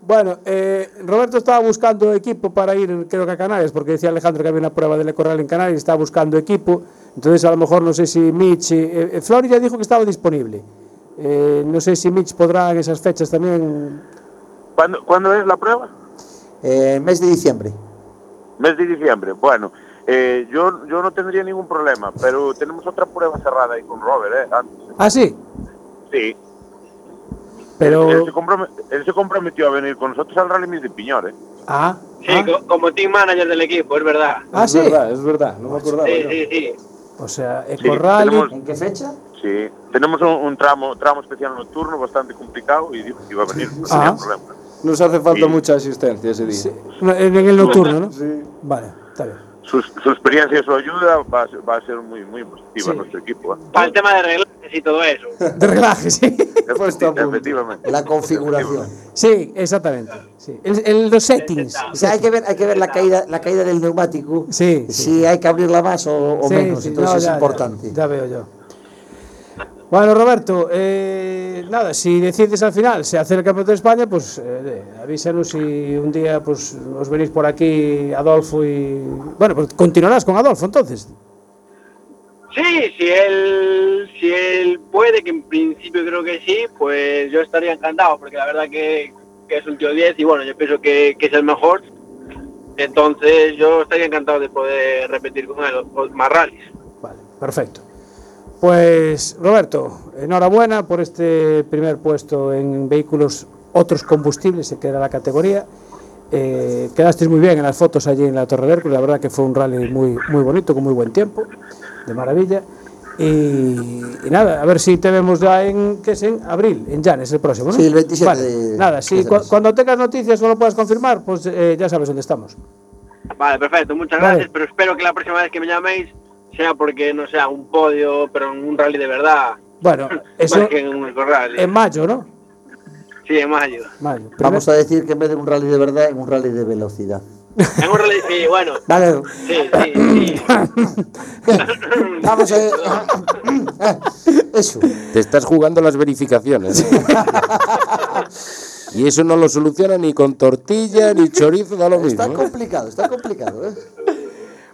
[SPEAKER 1] Bueno, eh, Roberto estaba buscando equipo para ir, creo que a Canarias, porque decía Alejandro que había una prueba del Ecorral en Canarias, estaba buscando equipo. Entonces, a lo mejor no sé si Mitch. eh, eh, Flori ya dijo que estaba disponible. Eh, no sé si Mitch podrá en esas fechas también.
[SPEAKER 9] ¿Cuándo, cuándo es la prueba?
[SPEAKER 5] Eh, mes de diciembre.
[SPEAKER 9] Mes de diciembre. Bueno, eh, yo, yo no tendría ningún problema, pero tenemos otra prueba cerrada ahí con Robert, ¿eh? Antes.
[SPEAKER 1] Ah, sí,
[SPEAKER 9] Sí.
[SPEAKER 1] pero.
[SPEAKER 9] Él, se compromet- él se comprometió a venir con nosotros al Rally Mil de Piñor, ¿eh?
[SPEAKER 1] Ah,
[SPEAKER 8] Sí,
[SPEAKER 1] ah,
[SPEAKER 8] co- como team manager del equipo, es verdad.
[SPEAKER 1] ah,
[SPEAKER 6] es
[SPEAKER 1] sí.
[SPEAKER 6] verdad, es verdad, no me acordaba.
[SPEAKER 8] Sí,
[SPEAKER 6] yo.
[SPEAKER 8] sí, sí.
[SPEAKER 1] O sea,
[SPEAKER 10] Eh,
[SPEAKER 9] Sí,
[SPEAKER 1] Ecorral.
[SPEAKER 9] tenemos-
[SPEAKER 5] qué fecha?
[SPEAKER 9] Sí, tenemos un, un tramo tramo especial nocturno bastante complicado y dijo que iba a venir, no
[SPEAKER 1] Ah.
[SPEAKER 9] tenía problema.
[SPEAKER 6] Nos hace falta
[SPEAKER 9] Sí.
[SPEAKER 6] mucha asistencia ese día.
[SPEAKER 1] sí, en el nocturno, ¿no?
[SPEAKER 6] Sí.
[SPEAKER 1] Vale, está bien.
[SPEAKER 9] Su, su experiencia y su ayuda va a ser, va a ser muy, muy positiva
[SPEAKER 1] Sí.
[SPEAKER 9] a nuestro equipo. ¿eh?
[SPEAKER 8] Para el tema de reglajes y todo eso.
[SPEAKER 1] De relaje, sí.
[SPEAKER 6] Puesto a punto.
[SPEAKER 9] Efectivamente.
[SPEAKER 5] La configuración.
[SPEAKER 1] Sí, exactamente. sí. El- el- los settings.
[SPEAKER 5] O sea, hay que ver, hay que ver la caída, la caída del neumático.
[SPEAKER 1] Sí, sí.
[SPEAKER 5] Si hay que abrirla más o, o
[SPEAKER 1] Sí,
[SPEAKER 5] menos.
[SPEAKER 1] sí,
[SPEAKER 5] Entonces
[SPEAKER 1] no,
[SPEAKER 5] es
[SPEAKER 1] ya,
[SPEAKER 5] importante.
[SPEAKER 1] Ya, ya veo yo. Bueno, Roberto, eh, nada, si decides al final se hace el Campeonato de España, pues eh, avísanos si un día pues, os venís por aquí, Adolfo y... Bueno, pues continuarás con Adolfo entonces.
[SPEAKER 8] Sí, si él, si él puede, que en principio creo que sí, pues yo estaría encantado, porque la verdad que, que es un tío 10 y bueno, yo pienso que, que es el mejor. Entonces yo estaría encantado de poder repetir con él o- más rallies.
[SPEAKER 1] Vale, perfecto. Pues Roberto, enhorabuena por este primer puesto en vehículos otros combustibles, que era la categoría. Eh, quedasteis muy bien en las fotos allí en la Torre del Hércules, la verdad que fue un rally muy, muy bonito, con muy buen tiempo, de maravilla. Y, y nada, a ver si te vemos ya en, ¿qué es? en abril, en Llanes, el próximo, ¿no?
[SPEAKER 5] Sí, el 27
[SPEAKER 1] Vale,
[SPEAKER 5] de-
[SPEAKER 1] Nada, si
[SPEAKER 5] de
[SPEAKER 1] cu-
[SPEAKER 5] mes.
[SPEAKER 1] cuando tengas noticias o lo puedas confirmar, pues eh, ya sabes dónde estamos.
[SPEAKER 8] Vale, perfecto, muchas
[SPEAKER 1] Vale.
[SPEAKER 8] gracias, pero espero que la próxima vez que me llaméis sea porque no sea un podio, pero en un rally de verdad,
[SPEAKER 1] Bueno, eso eh,
[SPEAKER 8] más que en un rally.
[SPEAKER 1] en mayo, ¿no?
[SPEAKER 8] Sí, en mayo.
[SPEAKER 1] Mayo.
[SPEAKER 5] Vamos a decir que en vez de un rally de verdad, en un rally de velocidad.
[SPEAKER 8] En un rally, sí, bueno,
[SPEAKER 5] Dale,
[SPEAKER 8] sí, sí, sí.
[SPEAKER 5] vamos a Eso.
[SPEAKER 4] Te estás jugando las verificaciones. ¿eh? y eso no lo soluciona ni con tortilla, ni chorizo, da lo mismo.
[SPEAKER 5] Está
[SPEAKER 4] ¿eh?
[SPEAKER 5] complicado, está complicado. ¿eh?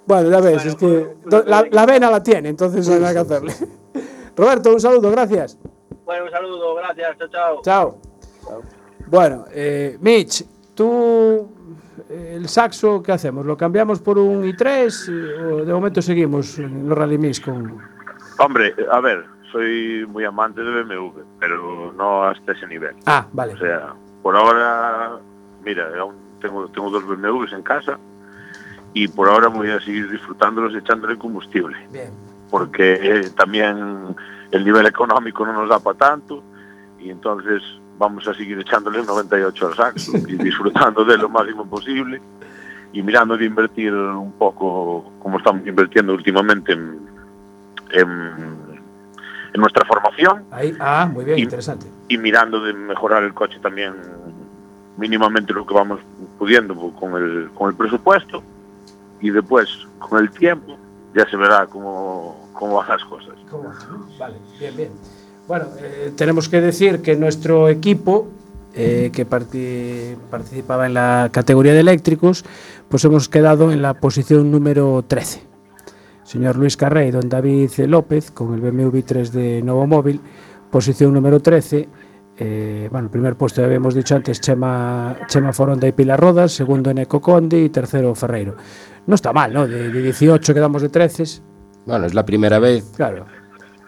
[SPEAKER 1] Bueno, ya ves, es que do- la, la vena la tiene, entonces no hay nada que hacerle. Roberto, un saludo, gracias.
[SPEAKER 8] Bueno, un saludo, gracias, chao, chao.
[SPEAKER 1] Chao. Bueno, eh, Mitch, tú, eh, el saxo, ¿qué hacemos? ¿Lo cambiamos por un i3 eh, o de momento seguimos en los Rally Mix con...
[SPEAKER 9] Hombre, a ver, soy muy amante de BMW, pero no hasta ese nivel.
[SPEAKER 1] Ah, vale.
[SPEAKER 9] O sea, por ahora, mira, aún tengo, tengo dos BMWs en casa y por ahora voy a seguir disfrutándolos echándole combustible,
[SPEAKER 1] Bien.
[SPEAKER 9] porque eh, también el nivel económico no nos da para tanto y entonces vamos a seguir echándole el 98 al saxo y disfrutando de lo máximo posible y mirando de invertir un poco como estamos invirtiendo últimamente en, en, en nuestra formación
[SPEAKER 1] Ahí, ah, muy bien,
[SPEAKER 9] Y-
[SPEAKER 1] interesante.
[SPEAKER 9] y mirando de mejorar el coche también mínimamente lo que vamos pudiendo po- con el, con el presupuesto y después con el tiempo ya se verá cómo, cómo van las cosas.
[SPEAKER 1] ¿Cómo? Vale, bien, bien. Bueno, eh, tenemos que decir que nuestro equipo, eh, que parti- Eh, participaba en la categoría de eléctricos, pues hemos quedado en la posición número 13. Señor Luis Carrey, don David López, con el BMW 3 de Novo Móvil, posición número 13. Eh, bueno, el primer puesto ya habíamos dicho antes Chema, Chema Foronda y Pilar Rodas, segundo Eneco Condi y tercero Ferreiro. No está mal, ¿no? De, de 18 quedamos de 13,
[SPEAKER 4] Bueno, es la primera vez,
[SPEAKER 1] claro.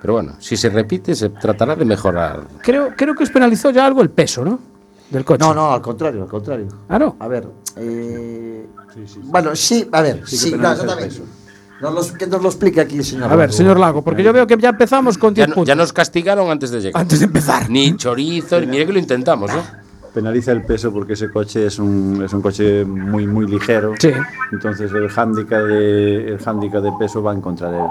[SPEAKER 4] pero bueno, si se repite se tratará de mejorar.
[SPEAKER 1] Creo, creo que os penalizó ya algo el peso, ¿no? Del coche.
[SPEAKER 5] No, no, al contrario, al contrario.
[SPEAKER 1] Ah, no.
[SPEAKER 5] A ver, eh, bueno, sí, a ver, sí, claro, exactamente. Nos los- que nos lo explique aquí el señor.
[SPEAKER 1] A ver,
[SPEAKER 5] Lago.
[SPEAKER 1] señor Lago, Pues porque yo veo que ya empezamos con
[SPEAKER 4] Ya,
[SPEAKER 1] 10
[SPEAKER 4] no-
[SPEAKER 1] puntos.
[SPEAKER 4] ya nos castigaron antes de llegar.
[SPEAKER 1] Antes de empezar.
[SPEAKER 4] Ni chorizo, ni mira que lo intentamos, ¿eh?
[SPEAKER 11] Penaliza el peso porque ese coche es un, es un coche muy, muy ligero.
[SPEAKER 1] Sí.
[SPEAKER 11] Entonces el hándicap de, el hándicap de peso va en contra de él.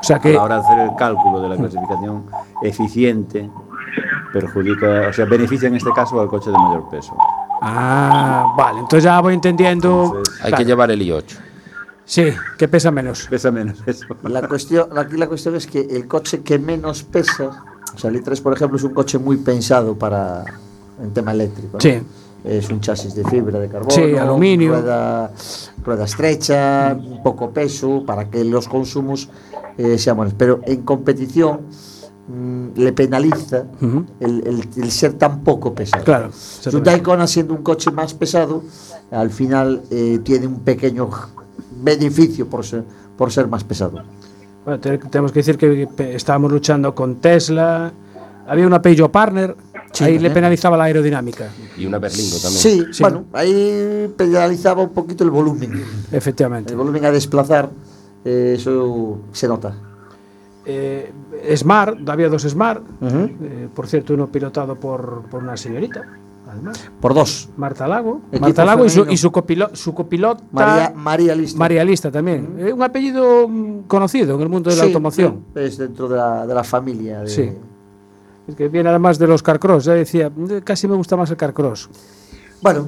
[SPEAKER 1] O sea
[SPEAKER 11] A
[SPEAKER 1] que.
[SPEAKER 11] la hora de hacer el cálculo de la clasificación eficiente, perjudica, o sea, beneficia en este caso al coche de mayor peso.
[SPEAKER 1] Ah, vale. Entonces ya voy entendiendo.
[SPEAKER 11] Entonces,
[SPEAKER 4] Hay
[SPEAKER 1] Claro.
[SPEAKER 4] que llevar el i8.
[SPEAKER 1] Sí, que pesa menos.
[SPEAKER 11] Pesa menos eso.
[SPEAKER 5] La cuestión, aquí la cuestión es que el coche que menos pesa, o sea, el i3, por ejemplo, es un coche muy pensado para en tema eléctrico. ¿no?
[SPEAKER 1] Sí.
[SPEAKER 5] Es un chasis de fibra de carbono,
[SPEAKER 1] Sí, aluminio.
[SPEAKER 5] Rueda, rueda estrecha, poco peso, para que los consumos eh, sean buenos. Pero en competición mm, le penaliza
[SPEAKER 1] Ujú.
[SPEAKER 5] el, el- el ser tan poco pesado.
[SPEAKER 1] Claro.
[SPEAKER 5] Hyundai Kona siendo un coche más pesado, al final eh, tiene un pequeño beneficio por ser, por ser más pesado.
[SPEAKER 1] Bueno, te- tenemos que decir que pe- estábamos luchando con Tesla. Había una Peugeot Partner.
[SPEAKER 5] Sí,
[SPEAKER 1] ahí le
[SPEAKER 5] también.
[SPEAKER 1] penalizaba la aerodinámica.
[SPEAKER 4] Y una berlingo también.
[SPEAKER 5] Sí,
[SPEAKER 1] Sí.
[SPEAKER 5] bueno, ahí penalizaba un poquito el volumen.
[SPEAKER 1] Efectivamente.
[SPEAKER 5] El volumen a desplazar, eh, eso se nota.
[SPEAKER 1] Eh, Smart, había dos Smart. Eh, por cierto, uno pilotado por, por una señorita. Además.
[SPEAKER 5] Por dos.
[SPEAKER 1] Marta Lago.
[SPEAKER 5] Equipo
[SPEAKER 1] Marta Lago y su,
[SPEAKER 5] femenino.
[SPEAKER 1] y su copilo- su copilota.
[SPEAKER 5] María, María Lista.
[SPEAKER 1] María Lista también. Eh, un apellido mm, conocido en el mundo de la
[SPEAKER 5] Sí,
[SPEAKER 1] automoción.
[SPEAKER 5] Es dentro de la, de la familia. de-
[SPEAKER 1] Sí. Es que viene además de los carcross. Ya decía, "Mm, casi me gusta más el carcross.
[SPEAKER 5] Bueno,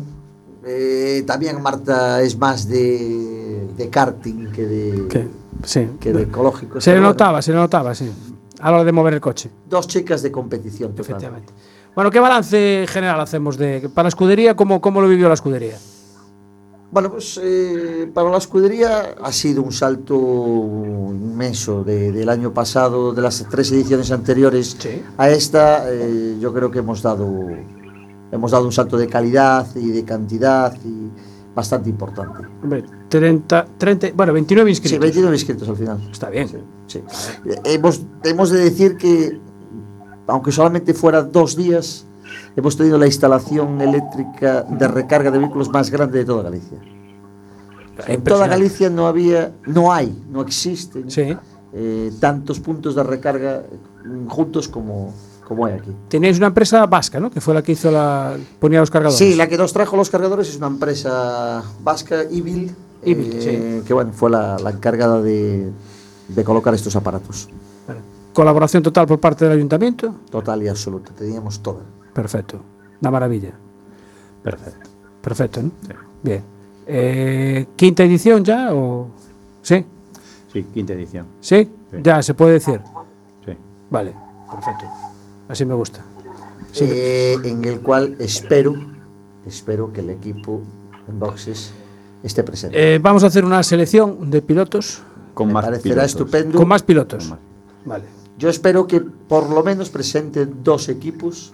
[SPEAKER 5] eh, también Marta es más de, de karting que de,
[SPEAKER 1] Que- sí.
[SPEAKER 5] que de ecológico.
[SPEAKER 1] Se le
[SPEAKER 5] Pero bueno,
[SPEAKER 1] notaba, se le notaba, sí. A la hora de mover el coche.
[SPEAKER 5] Dos chicas de competición. total.
[SPEAKER 1] Efectivamente. Bueno, ¿qué balance general hacemos de para la escudería? ¿Cómo, cómo lo vivió la escudería?
[SPEAKER 5] Bueno, pues eh, para la escudería ha sido un salto inmenso de- del año pasado, de las tres ediciones anteriores
[SPEAKER 1] Sí.
[SPEAKER 5] a esta. eh, yo creo que hemos dado, hemos dado un salto de calidad y de cantidad y bastante importante.
[SPEAKER 1] Hombre, 30, 30, bueno, 29 inscritos.
[SPEAKER 5] Sí, 29 inscritos al final.
[SPEAKER 1] Está bien.
[SPEAKER 5] Sí. Eh, Hemos, hemos de decir que, aunque solamente fuera dos días, hemos tenido la instalación eléctrica de recarga de vehículos más grande de toda Galicia. En toda
[SPEAKER 1] Impresionante.
[SPEAKER 5] Galicia no había, no hay, no existen
[SPEAKER 1] Sí.
[SPEAKER 5] eh, tantos puntos de recarga mm, juntos como, como hay aquí.
[SPEAKER 1] Tenéis una empresa vasca, ¿no? Que fue la que hizo la. ponía los cargadores.
[SPEAKER 5] Sí, la que nos trajo los cargadores es una empresa vasca, Ibil,
[SPEAKER 1] Ibil,
[SPEAKER 5] eh, que bueno, fue la, la encargada de, de colocar estos aparatos.
[SPEAKER 1] Bueno, Colaboración total por parte del ayuntamiento.
[SPEAKER 5] Total y absoluta, teníamos todo.
[SPEAKER 1] Perfecto. Una maravilla.
[SPEAKER 11] Perfecto.
[SPEAKER 1] Perfecto, ¿no? Bien. Eh, ¿Quinta edición ya? O... ¿Sí?
[SPEAKER 11] Sí, quinta edición.
[SPEAKER 1] ¿Sí? Ya, se puede decir.
[SPEAKER 11] Sí.
[SPEAKER 1] Vale, perfecto. Así me gusta.
[SPEAKER 5] Eh, en el cual espero, espero que el equipo en boxes esté presente.
[SPEAKER 1] Eh, vamos a hacer una selección de pilotos
[SPEAKER 11] Con
[SPEAKER 5] Me
[SPEAKER 11] más
[SPEAKER 5] parecerá
[SPEAKER 11] pilotos.
[SPEAKER 5] estupendo.
[SPEAKER 1] con más pilotos.
[SPEAKER 11] Con más.
[SPEAKER 1] Vale.
[SPEAKER 5] Yo espero que por lo menos presenten dos equipos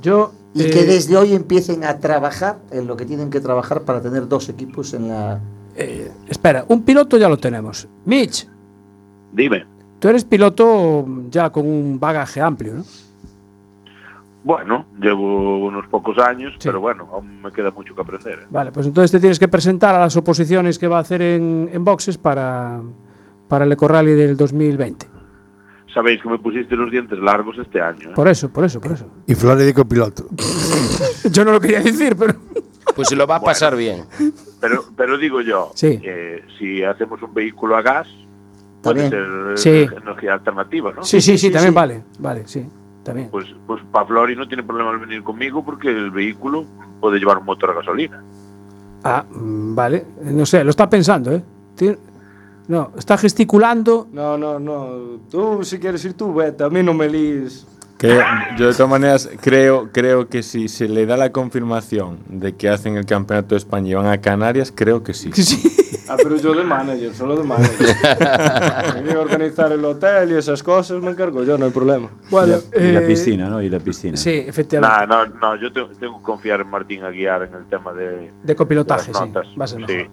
[SPEAKER 1] Yo.
[SPEAKER 5] y
[SPEAKER 1] eh,
[SPEAKER 5] que desde hoy empiecen a trabajar en lo que tienen que trabajar para tener dos equipos en la...
[SPEAKER 1] eh, espera, un piloto ya lo tenemos. Mitch,
[SPEAKER 9] Dime.
[SPEAKER 1] tú eres piloto ya con un bagaje amplio, ¿no?
[SPEAKER 9] Bueno, llevo unos pocos años,
[SPEAKER 1] Sí.
[SPEAKER 9] pero bueno, aún me queda mucho que aprender. ¿eh?
[SPEAKER 1] Vale, pues entonces te tienes que presentar a las oposiciones que va a hacer en, en boxes para, para el Eco Rally del 2020.
[SPEAKER 9] Sabéis que me pusiste los dientes largos este año. ¿eh?
[SPEAKER 1] Por eso, por eso, por eso.
[SPEAKER 7] Y Flores de copiloto.
[SPEAKER 1] Yo no lo quería decir, pero.
[SPEAKER 4] Pues se lo va a pasar bien.
[SPEAKER 9] Pero, pero digo yo, eh,
[SPEAKER 1] Sí.
[SPEAKER 9] que si hacemos un vehículo a gas, puede
[SPEAKER 5] También.
[SPEAKER 9] ser
[SPEAKER 1] Sí.
[SPEAKER 9] eh, energía alternativa, ¿no?
[SPEAKER 1] Sí, sí, sí, también vale. Vale, sí. También.
[SPEAKER 9] Pues, pues para Flori no tiene problema en venir conmigo porque el vehículo puede llevar un motor a gasolina.
[SPEAKER 1] Ah, mm, vale. No sé, lo está pensando, ¿eh? Ti- No, está gesticulando.
[SPEAKER 6] No, no, no. Tú, si quieres ir tú, vete. A mí no me líes.
[SPEAKER 3] Que yo de todas maneras creo, creo que si se le da la confirmación de que hacen el campeonato de España y van a Canarias, creo que sí.
[SPEAKER 6] Ah, pero yo de manager, solo de manager. A mí organizar el hotel y esas cosas me encargo yo, no hay problema.
[SPEAKER 1] Bueno,
[SPEAKER 11] Y la
[SPEAKER 1] eh,
[SPEAKER 11] piscina, ¿no? Y la piscina.
[SPEAKER 1] Sí, efectivamente.
[SPEAKER 9] No, no, no, yo tengo, tengo que confiar en Martín Aguiar en el tema de,
[SPEAKER 1] De copilotaje,
[SPEAKER 9] de las
[SPEAKER 1] sí,
[SPEAKER 9] notas.
[SPEAKER 1] va a ser mejor.
[SPEAKER 9] Sí,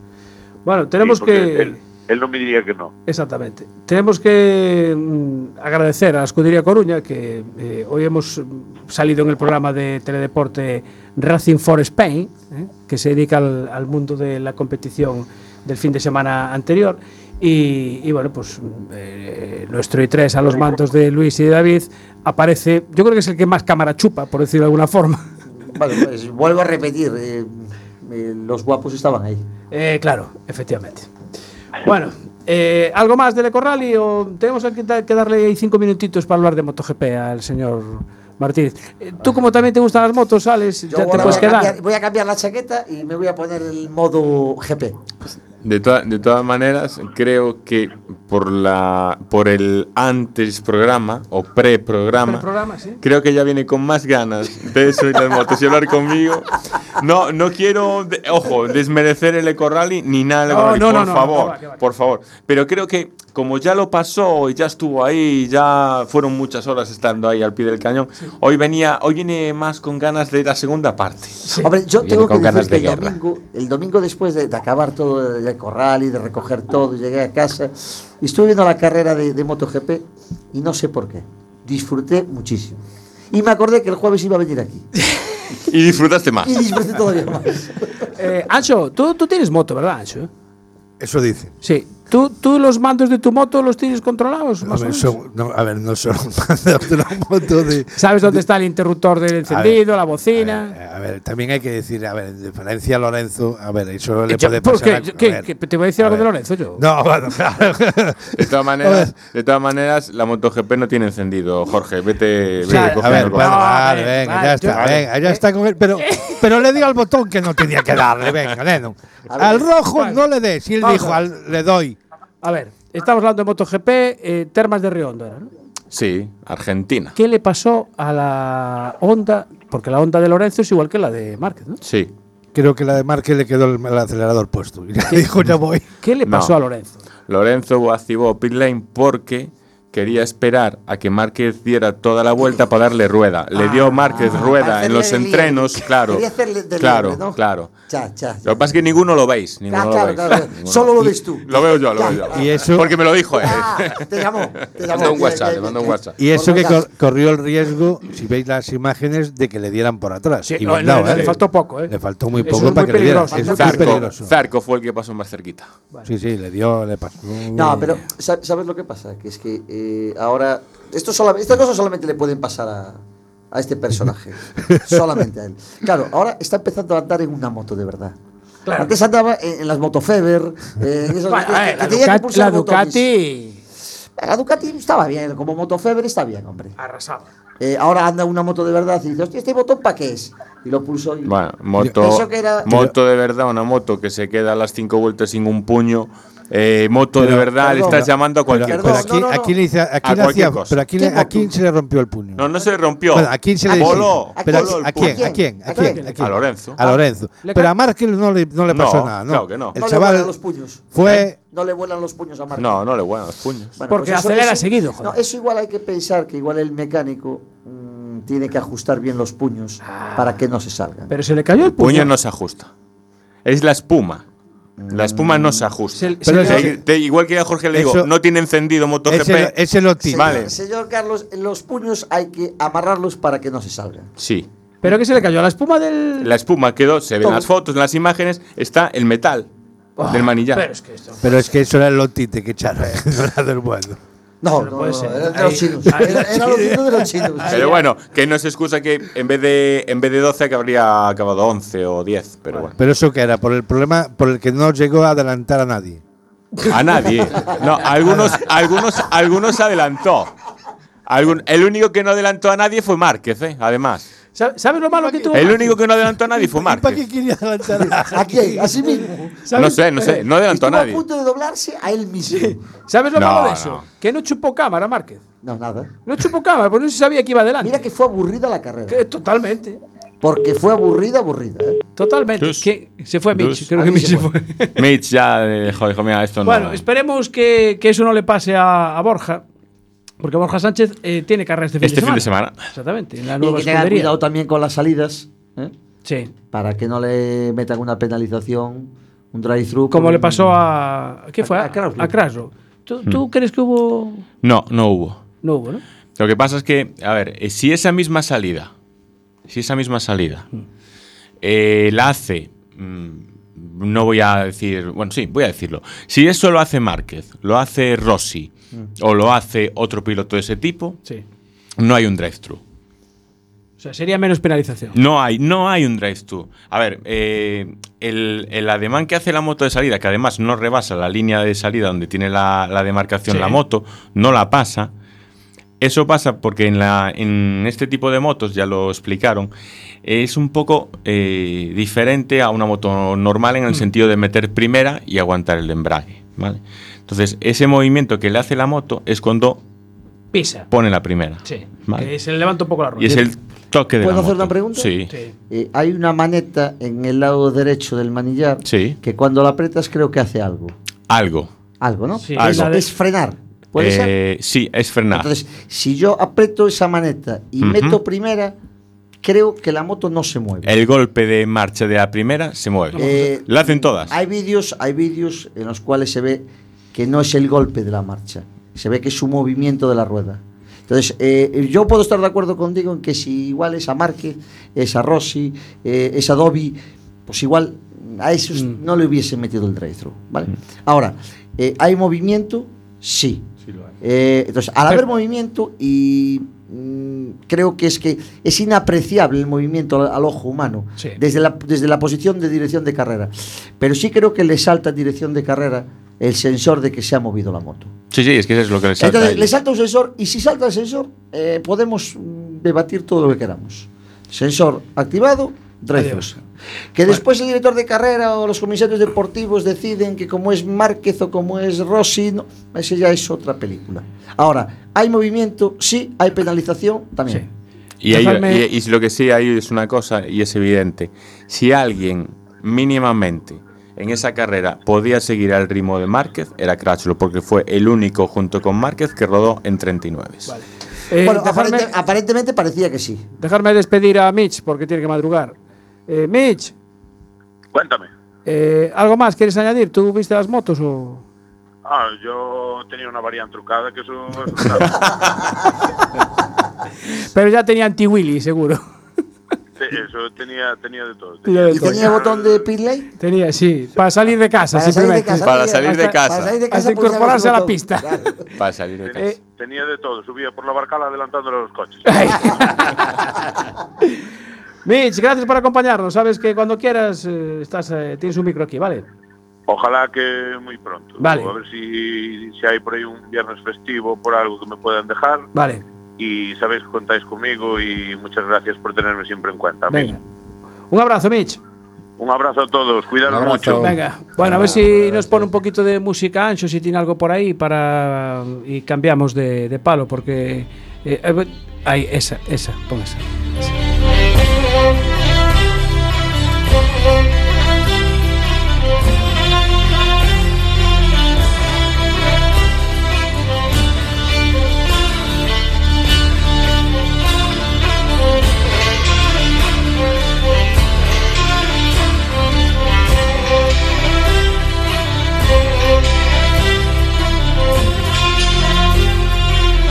[SPEAKER 1] Bueno, tenemos
[SPEAKER 9] sí, porque
[SPEAKER 1] que.
[SPEAKER 9] Él, él no me diría que no.
[SPEAKER 1] Exactamente. Tenemos que mm, agradecer a la Escudería Coruña que eh, hoy hemos mm, salido en el programa de Teledeporte Racing for Spain, ¿eh? que se dedica al, al mundo de la competición del fin de semana anterior. Y, y bueno, pues mm, eh, nuestro I3 a los mantos de Luis y de David aparece, yo creo que es el que más cámara chupa, por decirlo de alguna forma.
[SPEAKER 5] Bueno, pues vuelvo a repetir, eh, eh, los guapos estaban ahí.
[SPEAKER 1] Eh, claro, efectivamente. Bueno, eh, ¿algo más del Eco Rally o tenemos que, da- que darle ahí cinco minutitos para hablar de MotoGP al señor Martínez? Eh, tú, como también te gustan las motos, sales,
[SPEAKER 5] Yo
[SPEAKER 1] ya te
[SPEAKER 5] ahora
[SPEAKER 1] puedes
[SPEAKER 5] voy, a
[SPEAKER 1] quedar.
[SPEAKER 5] cambiar, voy a cambiar la chaqueta y me voy a poner el modo GP.
[SPEAKER 3] De, toda- de todas maneras, creo que por, la, por el antes programa o pre-programa,
[SPEAKER 1] programa, sí.
[SPEAKER 3] creo que ya viene con más ganas de subir las motos y hablar conmigo. No, no quiero, de- ojo, desmerecer el Eco Rally ni nada del Eco
[SPEAKER 1] No,
[SPEAKER 3] Rally,
[SPEAKER 1] no,
[SPEAKER 3] por
[SPEAKER 1] no, no,
[SPEAKER 3] favor,
[SPEAKER 1] no, que va, que va.
[SPEAKER 3] por favor. Pero creo que como ya lo pasó y ya estuvo ahí, ya fueron muchas horas estando ahí al pie del cañón, hoy venía, hoy viene más con ganas de la segunda parte.
[SPEAKER 5] Hombre, yo
[SPEAKER 11] Viene
[SPEAKER 5] tengo que
[SPEAKER 11] con
[SPEAKER 5] decir
[SPEAKER 11] ganas
[SPEAKER 5] que
[SPEAKER 11] de
[SPEAKER 5] el
[SPEAKER 11] guerra.
[SPEAKER 5] domingo, el domingo después de, de acabar todo el corral y de recoger todo, llegué a casa y estuve viendo la carrera de, de MotoGP y no sé por qué. Disfruté muchísimo. Y me acordé que el jueves iba a venir aquí.
[SPEAKER 3] Y disfrutaste
[SPEAKER 11] Ah.
[SPEAKER 3] más.
[SPEAKER 5] Y disfruté todavía más.
[SPEAKER 1] Eh, Ancho, tú, tú tienes moto, ¿verdad, Ancho?
[SPEAKER 7] Eso dice.
[SPEAKER 1] Sí. ¿Tú, ¿Tú los mandos de tu moto los tienes controlados?
[SPEAKER 7] A
[SPEAKER 1] más o
[SPEAKER 7] ver,
[SPEAKER 1] menos?
[SPEAKER 7] son- no, a ver, no son de una moto de.
[SPEAKER 1] ¿Sabes dónde está el interruptor del encendido, la bocina?
[SPEAKER 7] Eh, A ver, también hay que decir, a ver, en diferencia a Lorenzo, a ver, eso le
[SPEAKER 1] Yo-
[SPEAKER 7] puede
[SPEAKER 1] ¿por
[SPEAKER 7] pasar.
[SPEAKER 1] qué?
[SPEAKER 7] a-
[SPEAKER 1] Yo-
[SPEAKER 7] a
[SPEAKER 1] ¿qué-
[SPEAKER 7] ver.
[SPEAKER 1] qué- ¿Te voy a decir
[SPEAKER 7] A
[SPEAKER 1] algo de
[SPEAKER 7] ver.
[SPEAKER 1] Lorenzo yo?
[SPEAKER 7] No, bueno, claro.
[SPEAKER 3] De todas maneras, de todas maneras, la MotoGP no tiene encendido, Jorge. Vete, vete
[SPEAKER 1] sea,
[SPEAKER 7] a
[SPEAKER 3] cogiendo
[SPEAKER 7] ver,
[SPEAKER 3] el
[SPEAKER 7] bueno,
[SPEAKER 3] botón.
[SPEAKER 7] vale,
[SPEAKER 1] vale,
[SPEAKER 7] venga,
[SPEAKER 1] vale, Eh.
[SPEAKER 7] ya
[SPEAKER 1] yo-
[SPEAKER 7] está, venga, ya está con él. Pero, pero le dio al botón que no tenía que darle, venga, Lennon.
[SPEAKER 5] A ver,
[SPEAKER 7] Al rojo
[SPEAKER 1] vale.
[SPEAKER 7] no le des, y él
[SPEAKER 1] Vamos
[SPEAKER 7] dijo,
[SPEAKER 1] a
[SPEAKER 7] al, le doy.
[SPEAKER 1] A ver, estamos hablando de MotoGP, eh, Termas de Riondo, era, ¿no?
[SPEAKER 3] Sí, Argentina.
[SPEAKER 1] ¿Qué le pasó a la onda? Porque la onda de Lorenzo es igual que la de Márquez, ¿no?
[SPEAKER 3] Sí.
[SPEAKER 7] Creo que la de Marque le quedó el, el acelerador puesto. Y le dijo, ya voy.
[SPEAKER 1] ¿Qué le
[SPEAKER 3] No.
[SPEAKER 1] pasó a Lorenzo?
[SPEAKER 3] Lorenzo activó pit lane porque quería esperar a que Márquez diera toda la vuelta para darle rueda. Le dio Márquez rueda
[SPEAKER 5] Ah, Para
[SPEAKER 3] en los
[SPEAKER 5] hacerle el
[SPEAKER 3] entrenos,
[SPEAKER 5] lío.
[SPEAKER 3] claro.
[SPEAKER 5] Quería hacerle de
[SPEAKER 3] claro,
[SPEAKER 5] libre, ¿no?
[SPEAKER 3] claro.
[SPEAKER 5] Cha, cha.
[SPEAKER 3] Lo que pasa es que ninguno lo veis. ninguno
[SPEAKER 5] Ah,
[SPEAKER 3] lo
[SPEAKER 5] claro,
[SPEAKER 3] veis.
[SPEAKER 5] claro.
[SPEAKER 3] Ninguno.
[SPEAKER 5] Solo lo ves tú.
[SPEAKER 3] Lo veo yo, lo veo yo.
[SPEAKER 7] Y eso-
[SPEAKER 3] Porque me lo dijo él.
[SPEAKER 5] Ah, te llamó, te
[SPEAKER 3] Le
[SPEAKER 5] llamó.
[SPEAKER 3] mandó un
[SPEAKER 5] Ya,
[SPEAKER 3] WhatsApp,
[SPEAKER 5] ya,
[SPEAKER 3] le
[SPEAKER 5] ya.
[SPEAKER 3] mandó un WhatsApp.
[SPEAKER 7] Y eso
[SPEAKER 5] Por
[SPEAKER 7] que
[SPEAKER 5] WhatsApp.
[SPEAKER 7] cor- corrió el riesgo, si veis las imágenes, de que le dieran por atrás.
[SPEAKER 1] Sí,
[SPEAKER 7] Y
[SPEAKER 1] no,
[SPEAKER 7] mandaba,
[SPEAKER 1] no, no, le
[SPEAKER 7] ¿eh?
[SPEAKER 1] faltó poco, ¿eh?
[SPEAKER 7] Le faltó muy
[SPEAKER 1] Eso
[SPEAKER 7] poco
[SPEAKER 1] es
[SPEAKER 7] para
[SPEAKER 1] muy
[SPEAKER 7] que le dieran.
[SPEAKER 1] peligroso.
[SPEAKER 7] Eso es muy
[SPEAKER 3] Zarco,
[SPEAKER 7] peligroso.
[SPEAKER 3] Zarco fue el que pasó más cerquita.
[SPEAKER 7] Sí, sí, le dio, le pasó.
[SPEAKER 5] No, pero sa- ¿sabes lo que pasa? Que es que eh, ahora. Esto sola- estas cosas solamente le pueden pasar a, a este personaje. solamente a él. Claro, ahora está empezando a andar en una moto de verdad. Antes andaba en, en las Motofeber. eh, en esas
[SPEAKER 1] Bueno,
[SPEAKER 5] que-
[SPEAKER 1] a
[SPEAKER 5] que
[SPEAKER 1] ver, la,
[SPEAKER 5] tenía que
[SPEAKER 1] Ducati,
[SPEAKER 5] pulsar
[SPEAKER 1] la
[SPEAKER 5] botones.
[SPEAKER 1] Ducati
[SPEAKER 5] La Ducati estaba bien, como Motofeber está bien, hombre.
[SPEAKER 1] arrasaba.
[SPEAKER 5] Eh, ahora anda en una moto de verdad y dice, hostia, ¿este botón para qué es? Y lo pulsó y.
[SPEAKER 3] Bueno,
[SPEAKER 5] Pensó
[SPEAKER 3] moto,
[SPEAKER 5] que era-
[SPEAKER 3] moto de verdad, una moto que se queda a las cinco vueltas sin un puño. Eh, moto
[SPEAKER 7] Pero,
[SPEAKER 3] de verdad, le
[SPEAKER 5] perdón,
[SPEAKER 3] estás llamando a cualquier
[SPEAKER 7] pero, pero
[SPEAKER 3] cosa.
[SPEAKER 7] aquí,
[SPEAKER 5] No, no, no.
[SPEAKER 7] aquí le dice- aquí
[SPEAKER 3] A
[SPEAKER 7] le
[SPEAKER 3] cualquier
[SPEAKER 7] hacía-
[SPEAKER 3] cosa.
[SPEAKER 7] pero aquí, le-
[SPEAKER 5] ¿Qué
[SPEAKER 7] ¿a quién se le rompió el puño?
[SPEAKER 3] No, no se rompió.
[SPEAKER 7] Bueno, ¿a quién se le dice?
[SPEAKER 3] Voló,
[SPEAKER 7] Pero
[SPEAKER 3] voló el
[SPEAKER 7] ¿A quién?
[SPEAKER 3] puño.
[SPEAKER 7] ¿A quién? ¿A quién? ¿A quién?
[SPEAKER 3] A Lorenzo.
[SPEAKER 7] A Lorenzo.
[SPEAKER 1] Le
[SPEAKER 7] Pero
[SPEAKER 1] ca-
[SPEAKER 7] a Márquez no le, no le
[SPEAKER 3] No,
[SPEAKER 7] pasó nada, ¿no?
[SPEAKER 3] claro que no.
[SPEAKER 7] El
[SPEAKER 5] no le vuelan
[SPEAKER 7] chaval
[SPEAKER 5] los puños.
[SPEAKER 7] fue.
[SPEAKER 5] No le vuelan los puños a Marco.
[SPEAKER 3] No, no le bueno los puños.
[SPEAKER 5] Bueno, pues
[SPEAKER 1] Porque
[SPEAKER 5] eso-
[SPEAKER 1] acelera
[SPEAKER 5] eso-
[SPEAKER 1] seguido, joder.
[SPEAKER 5] No, eso igual hay que pensar que igual el mecánico mm, tiene que ajustar bien los puños para que no se salgan.
[SPEAKER 1] Ah. Pero se le cayó el puño.
[SPEAKER 3] Puño no se ajusta. Es la espuma. La espuma no se ajusta.
[SPEAKER 1] Se-
[SPEAKER 7] Pero
[SPEAKER 1] se le-
[SPEAKER 3] Te- te- igual que a Jorge le digo,
[SPEAKER 7] Eso-
[SPEAKER 3] no tiene encendido MotoGP.
[SPEAKER 7] Ese, ese lo
[SPEAKER 5] señor,
[SPEAKER 7] tiene.
[SPEAKER 3] vale.
[SPEAKER 5] señor Carlos, los puños hay que amarrarlos para que no se salgan.
[SPEAKER 3] Sí.
[SPEAKER 1] ¿Pero que se le cayó? ¿A la espuma del...?
[SPEAKER 3] La espuma quedó, se ven las fotos, en las imágenes, está el metal del manillar.
[SPEAKER 1] Oh, Pero es que esto...
[SPEAKER 7] Pero es que eso era el lotite que echaron. no era del bueno.
[SPEAKER 5] No,
[SPEAKER 1] Pero
[SPEAKER 5] no,
[SPEAKER 1] puede
[SPEAKER 5] no,
[SPEAKER 1] ser.
[SPEAKER 5] era de
[SPEAKER 1] Ahí-
[SPEAKER 5] los chinos.
[SPEAKER 1] ahí-
[SPEAKER 5] Era, era los chinos de los chinos.
[SPEAKER 3] Pero bueno, que no se excusa que en vez de en vez de 12 acabaría acabado 11 o 10, pero bueno.
[SPEAKER 7] Pero eso que era, por el problema por el que no llegó a adelantar a nadie.
[SPEAKER 3] A nadie. No, a algunos, a algunos, a algunos adelantó. Algún- el único que no adelantó a nadie fue Márquez, eh, además.
[SPEAKER 1] ¿Sab- ¿Sabes lo malo que tuvo?
[SPEAKER 3] El único que no adelantó a nadie fue
[SPEAKER 1] ¿Para
[SPEAKER 3] Márquez.
[SPEAKER 1] qué quería adelantar a
[SPEAKER 5] quién? ¿A sí mismo?
[SPEAKER 3] No sé, no sé, no adelantó a
[SPEAKER 5] Estuvo
[SPEAKER 3] nadie.
[SPEAKER 5] a punto de doblarse a él mismo.
[SPEAKER 1] ¿Sabes lo
[SPEAKER 3] No,
[SPEAKER 1] malo de eso?
[SPEAKER 3] no.
[SPEAKER 1] Que no chupó cámara, Márquez.
[SPEAKER 5] No, nada.
[SPEAKER 1] No chupó cámara, porque no se sabía que iba adelante.
[SPEAKER 5] Mira que fue aburrida la carrera.
[SPEAKER 1] Que- totalmente.
[SPEAKER 5] Porque fue aburrida, aburrida. ¿eh?
[SPEAKER 1] Totalmente. Que- se fue Mitch,
[SPEAKER 3] Dos.
[SPEAKER 1] creo que Mitch se fue.
[SPEAKER 3] Mitch ya eh, dijo, dijo, mira, esto
[SPEAKER 1] Bueno,
[SPEAKER 3] no.
[SPEAKER 1] esperemos que, que eso no le pase a, a Borja. Porque Borja Sánchez eh, tiene carrera este fin,
[SPEAKER 3] Este
[SPEAKER 1] de,
[SPEAKER 3] fin de
[SPEAKER 1] semana.
[SPEAKER 3] semana.
[SPEAKER 1] Exactamente. En la
[SPEAKER 5] Y
[SPEAKER 1] nueva
[SPEAKER 5] que tengan
[SPEAKER 1] escudería.
[SPEAKER 5] cuidado también con las salidas. ¿eh?
[SPEAKER 1] Sí.
[SPEAKER 5] Para que no le metan una penalización, un drive-thru.
[SPEAKER 1] Como
[SPEAKER 5] con-
[SPEAKER 1] le pasó a. Ah, ¿Qué fue?
[SPEAKER 5] a Krasnow.
[SPEAKER 1] A Krasnow. ¿Tú,
[SPEAKER 3] Hmm.
[SPEAKER 1] tú crees que hubo.?
[SPEAKER 3] No, no hubo.
[SPEAKER 1] No hubo, ¿no?
[SPEAKER 3] Lo que pasa es que, a ver, eh, si esa misma salida, si esa misma salida eh, la hace, mm, no voy a decir, bueno, sí, voy a decirlo. Si eso lo hace Márquez, lo hace Rossi
[SPEAKER 1] Mm.
[SPEAKER 3] o lo hace otro piloto de ese tipo,
[SPEAKER 1] Sí.
[SPEAKER 3] no hay un drive-thru.
[SPEAKER 1] O sea, sería menos penalización.
[SPEAKER 3] No hay, no hay un drive-thru. A ver, eh, el, el ademán que hace la moto de salida, que además no rebasa la línea de salida donde tiene la, la demarcación
[SPEAKER 1] Sí.
[SPEAKER 3] la moto, no la pasa. Eso pasa porque en, la, en este tipo de motos, ya lo explicaron, es un poco eh, diferente a una moto normal en el sentido de meter primera y aguantar el embrague. ¿vale? Entonces, ese movimiento que le hace la moto es cuando
[SPEAKER 1] Pisa.
[SPEAKER 3] pone la primera.
[SPEAKER 1] Sí.
[SPEAKER 3] Vale.
[SPEAKER 1] Que se le levanta un poco la rueda.
[SPEAKER 3] Y es el toque de la
[SPEAKER 5] Eh, ¿Puedo hacer
[SPEAKER 3] moto.
[SPEAKER 5] una pregunta?
[SPEAKER 3] Sí.
[SPEAKER 1] Sí.
[SPEAKER 5] Eh, hay una maneta en el lado derecho del manillar
[SPEAKER 3] Sí.
[SPEAKER 5] que cuando la aprietas creo que hace algo.
[SPEAKER 3] Algo.
[SPEAKER 5] Algo, ¿no?
[SPEAKER 1] Sí,
[SPEAKER 5] es,
[SPEAKER 3] algo.
[SPEAKER 5] es frenar. ¿Puede ser?
[SPEAKER 3] Eh, Sí, es frenar.
[SPEAKER 5] Entonces, si yo aprieto esa maneta y
[SPEAKER 3] Ujú.
[SPEAKER 5] meto primera, creo que la moto no se mueve.
[SPEAKER 3] el golpe de marcha de la primera se mueve.
[SPEAKER 5] Eh,
[SPEAKER 3] la hacen todas.
[SPEAKER 5] Hay vídeos, hay vídeos en los cuales se ve que no es el golpe de la marcha, se ve que es un movimiento de la rueda. Entonces, eh, yo puedo estar de acuerdo contigo en que si igual es a Márquez, es a Rossi, eh, es a Dobby, pues igual a esos no le hubiese metido el drive-thru, ¿vale? Ahora, eh, ¿hay movimiento? Sí. Eh, entonces, al haber movimiento y mm, creo que es que es inapreciable el movimiento al, al ojo humano
[SPEAKER 1] Sí.
[SPEAKER 5] desde, la, desde la posición de dirección de carrera. Pero sí creo que le salta en dirección de carrera el sensor de que se ha movido la moto.
[SPEAKER 3] Sí, sí, es que eso es lo que les salta. a
[SPEAKER 5] Entonces, le
[SPEAKER 3] ellos.
[SPEAKER 5] salta un sensor y si salta el sensor eh, podemos mm, debatir todo lo que queramos. Sensor activado, drive
[SPEAKER 1] Adiós.
[SPEAKER 5] que después el director de carrera o los comisarios deportivos deciden que como es Márquez o como es Rossi, no, ese ya es otra película. Ahora, ¿hay movimiento? Sí, hay penalización también.
[SPEAKER 3] Y, ahí-
[SPEAKER 1] Dejadme-
[SPEAKER 3] y- y lo que sí hay es una cosa y es evidente. Si alguien mínimamente en esa carrera podía seguir al ritmo de Márquez, era Cratchlow, porque fue el único junto con Márquez que rodó en 39.
[SPEAKER 1] Eh,
[SPEAKER 5] bueno,
[SPEAKER 1] dejarme-
[SPEAKER 5] aparente- aparentemente parecía que sí.
[SPEAKER 1] Dejarme despedir a Mitch porque tiene que madrugar. Eh, Mitch,
[SPEAKER 9] Cuéntame.
[SPEAKER 1] eh, ¿algo más quieres añadir? ¿Tú viste las motos o.?
[SPEAKER 9] Ah, yo tenía una variante trucada que eso... eso
[SPEAKER 1] Pero ya tenía anti-Willy, seguro.
[SPEAKER 9] tenía, tenía de todo.
[SPEAKER 1] Tenía de
[SPEAKER 5] ¿Y
[SPEAKER 1] todo.
[SPEAKER 5] tenía botón de pit lane?
[SPEAKER 1] Tenía, sí. Para salir de casa,
[SPEAKER 5] Para salir de
[SPEAKER 1] simplemente.
[SPEAKER 5] casa.
[SPEAKER 3] Para
[SPEAKER 5] tenía-
[SPEAKER 3] salir de
[SPEAKER 5] hasta-
[SPEAKER 3] casa.
[SPEAKER 5] para salir de
[SPEAKER 1] Hasta
[SPEAKER 5] casa, pulsaba el
[SPEAKER 1] incorporarse a la
[SPEAKER 5] botón.
[SPEAKER 1] pista.
[SPEAKER 5] Claro.
[SPEAKER 3] Para salir de casa.
[SPEAKER 1] Eh,
[SPEAKER 9] Tenía de todo, subía por la barcala adelantándole a los coches.
[SPEAKER 1] Mitch, gracias por acompañarnos. Sabes que cuando quieras eh, estás, eh, tienes un micro aquí, ¿vale?
[SPEAKER 9] Ojalá que muy pronto.
[SPEAKER 1] Vale.
[SPEAKER 9] A ver si, si hay por ahí un viernes festivo por algo que me puedan dejar.
[SPEAKER 1] Vale.
[SPEAKER 9] Y sabéis que contáis conmigo y muchas gracias por tenerme siempre en cuenta.
[SPEAKER 1] Venga. Un abrazo, Mitch.
[SPEAKER 9] Un abrazo a todos, cuidaros
[SPEAKER 4] Un abrazo.
[SPEAKER 9] mucho.
[SPEAKER 1] Venga. Bueno, a ver si nos pone un poquito de música ancho, si tiene algo por ahí para y cambiamos de, de palo, porque eh, eh, ahí esa, esa, pon esa.
[SPEAKER 12] Thank you.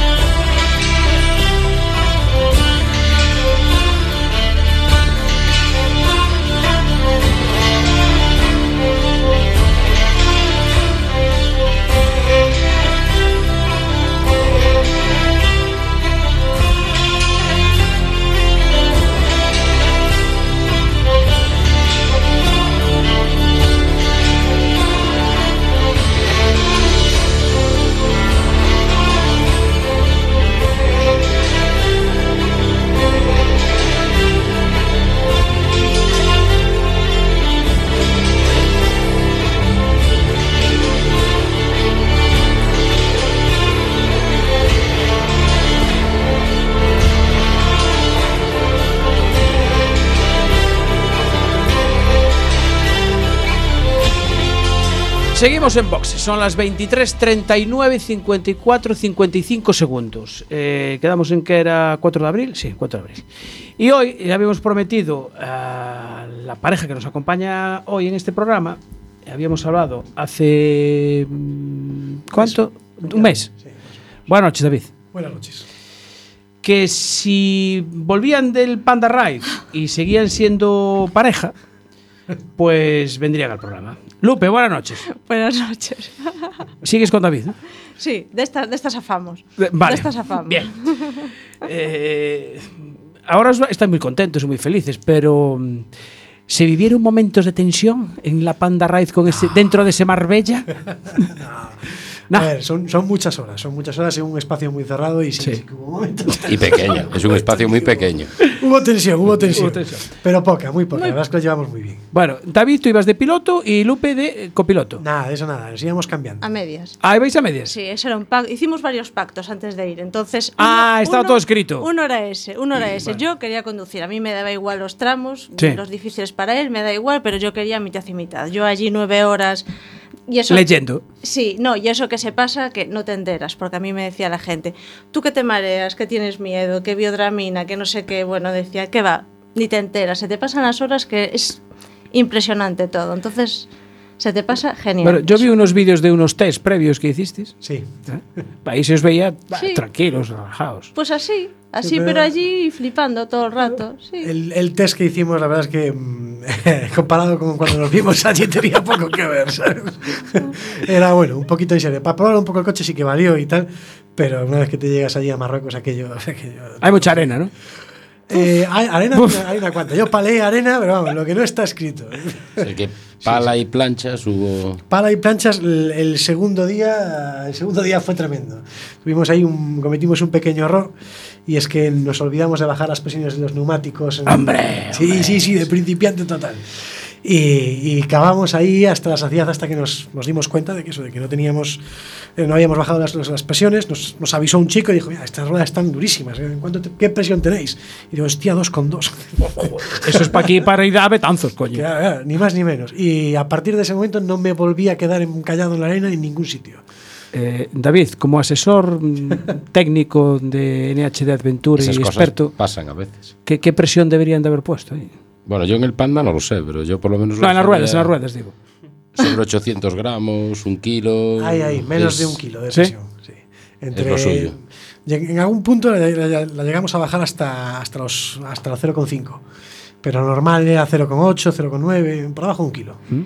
[SPEAKER 1] Seguimos en boxes, son las 23, 39, 54, 55 segundos. Eh, quedamos en que era 4 de abril, sí, 4 de abril. Y hoy le habíamos prometido a la pareja que nos acompaña hoy en este programa, habíamos hablado hace... mm, ¿Cuánto? Un mes. Buenas noches, David.
[SPEAKER 12] Buenas noches.
[SPEAKER 1] que si volvían del Panda Ride y seguían siendo pareja, pues vendrían al programa. Lupe, buenas noches.
[SPEAKER 13] Buenas noches.
[SPEAKER 1] ¿Sigues con David? no?
[SPEAKER 13] Sí, de estas, de estas afamos.
[SPEAKER 1] De- Eh, vale,
[SPEAKER 13] De estas afamos.
[SPEAKER 1] bien. Eh, ahora os va- están muy contentos, muy felices, pero mm, ¿se vivieron momentos de tensión en la Panda Ride con ese, dentro de ese Marbella?
[SPEAKER 12] A ver, son, son muchas horas, son muchas horas en un espacio muy cerrado y sí, sí que hubo momentos.
[SPEAKER 4] Y pequeño, es un espacio muy pequeño.
[SPEAKER 12] Hubo tensión, hubo tensión.
[SPEAKER 1] Hubo tensión.
[SPEAKER 12] Pero poca, muy poca. La verdad es que lo llevamos muy bien.
[SPEAKER 1] Bueno, David, tú ibas de piloto y Lupe de eh, copiloto.
[SPEAKER 12] Nada, de eso nada, nos íbamos cambiando.
[SPEAKER 13] A medias.
[SPEAKER 1] Ahí vais a medias.
[SPEAKER 13] Sí, ese era un pacto. Hicimos varios pactos antes de ir. Entonces.
[SPEAKER 1] Ah, estaba todo escrito.
[SPEAKER 13] Uno era ese, uno era ese. Yo quería conducir. A mí me daba igual los tramos,
[SPEAKER 1] Sí.
[SPEAKER 13] los difíciles para él, me da igual, pero yo quería mitad y mitad. Yo allí nueve horas. Y eso,
[SPEAKER 1] Leyendo.
[SPEAKER 13] Sí, no, y eso que se pasa, que no te enteras, porque a mí me decía la gente, tú que te mareas, que tienes miedo, que biodramina, que no sé qué, bueno, decía, que va, ni te enteras, se te pasan las horas que es impresionante todo, entonces se te pasa genial.
[SPEAKER 1] Bueno, yo vi unos vídeos de unos test previos que hicisteis. ¿Eh?
[SPEAKER 12] Sí.
[SPEAKER 1] Ahí se os veía bah,
[SPEAKER 13] Sí.
[SPEAKER 1] tranquilos, relajados.
[SPEAKER 13] Pues así, así,
[SPEAKER 12] pero-
[SPEAKER 13] pero... allí flipando todo el rato, sí.
[SPEAKER 12] El, el test que hicimos, la verdad es que mm, comparado con cuando nos vimos allí tenía poco que ver, ¿sabes? Era bueno, un poquito en serio. Para probar un poco el coche sí que valió y tal, pero una vez que te llegas allí a Marruecos, aquello. aquello-
[SPEAKER 1] Hay mucha arena, ¿no?
[SPEAKER 12] Eh, hay, arena,
[SPEAKER 1] Uf.
[SPEAKER 12] hay una cuanta. Yo paleé arena, pero vamos, lo que no está escrito.
[SPEAKER 4] O sea que pala y planchas hubo.
[SPEAKER 12] Pala y planchas el, el segundo día el segundo día fue tremendo tuvimos ahí un, cometimos un pequeño error y es que nos olvidamos de bajar las presiones de los neumáticos en-
[SPEAKER 1] ¡Hombre!
[SPEAKER 12] sí sí sí de principiante total y, y cavamos ahí hasta la saciedad hasta que nos, nos dimos cuenta de que eso de que no teníamos eh, no habíamos bajado las, las- las presiones nos, nos avisó un chico y dijo mira estas ruedas están durísimas ¿eh? ¿Cuánto te- ¿qué presión tenéis? y digo hostia dos con dos
[SPEAKER 1] Eso es para aquí para ir a Betanzos, coño.
[SPEAKER 12] Claro, claro, ni más ni menos. Y a partir de ese momento no me volví a quedar encallado en la arena en ningún sitio.
[SPEAKER 1] Eh, David, como asesor mm, técnico de NHD Adventure
[SPEAKER 4] Esas
[SPEAKER 1] y
[SPEAKER 4] cosas
[SPEAKER 1] experto,
[SPEAKER 4] pasan a veces.
[SPEAKER 1] ¿qué, qué presión deberían de haber puesto ahí?
[SPEAKER 4] Bueno, yo en el panda no lo sé, pero yo por lo menos.
[SPEAKER 1] No, en las
[SPEAKER 4] lanzaría
[SPEAKER 1] ruedas, en las ruedas, digo.
[SPEAKER 4] Sobre 800 gramos, un kilo.
[SPEAKER 12] Ay, ay, menos de un kilo de presión. sí. Entre,
[SPEAKER 4] lo suyo.
[SPEAKER 12] lleg- En algún punto la, la- la llegamos a bajar hasta, hasta, los, hasta los 0,5. Pero normal era 0,8, 0,9, por abajo un kilo.
[SPEAKER 1] ¿Mm?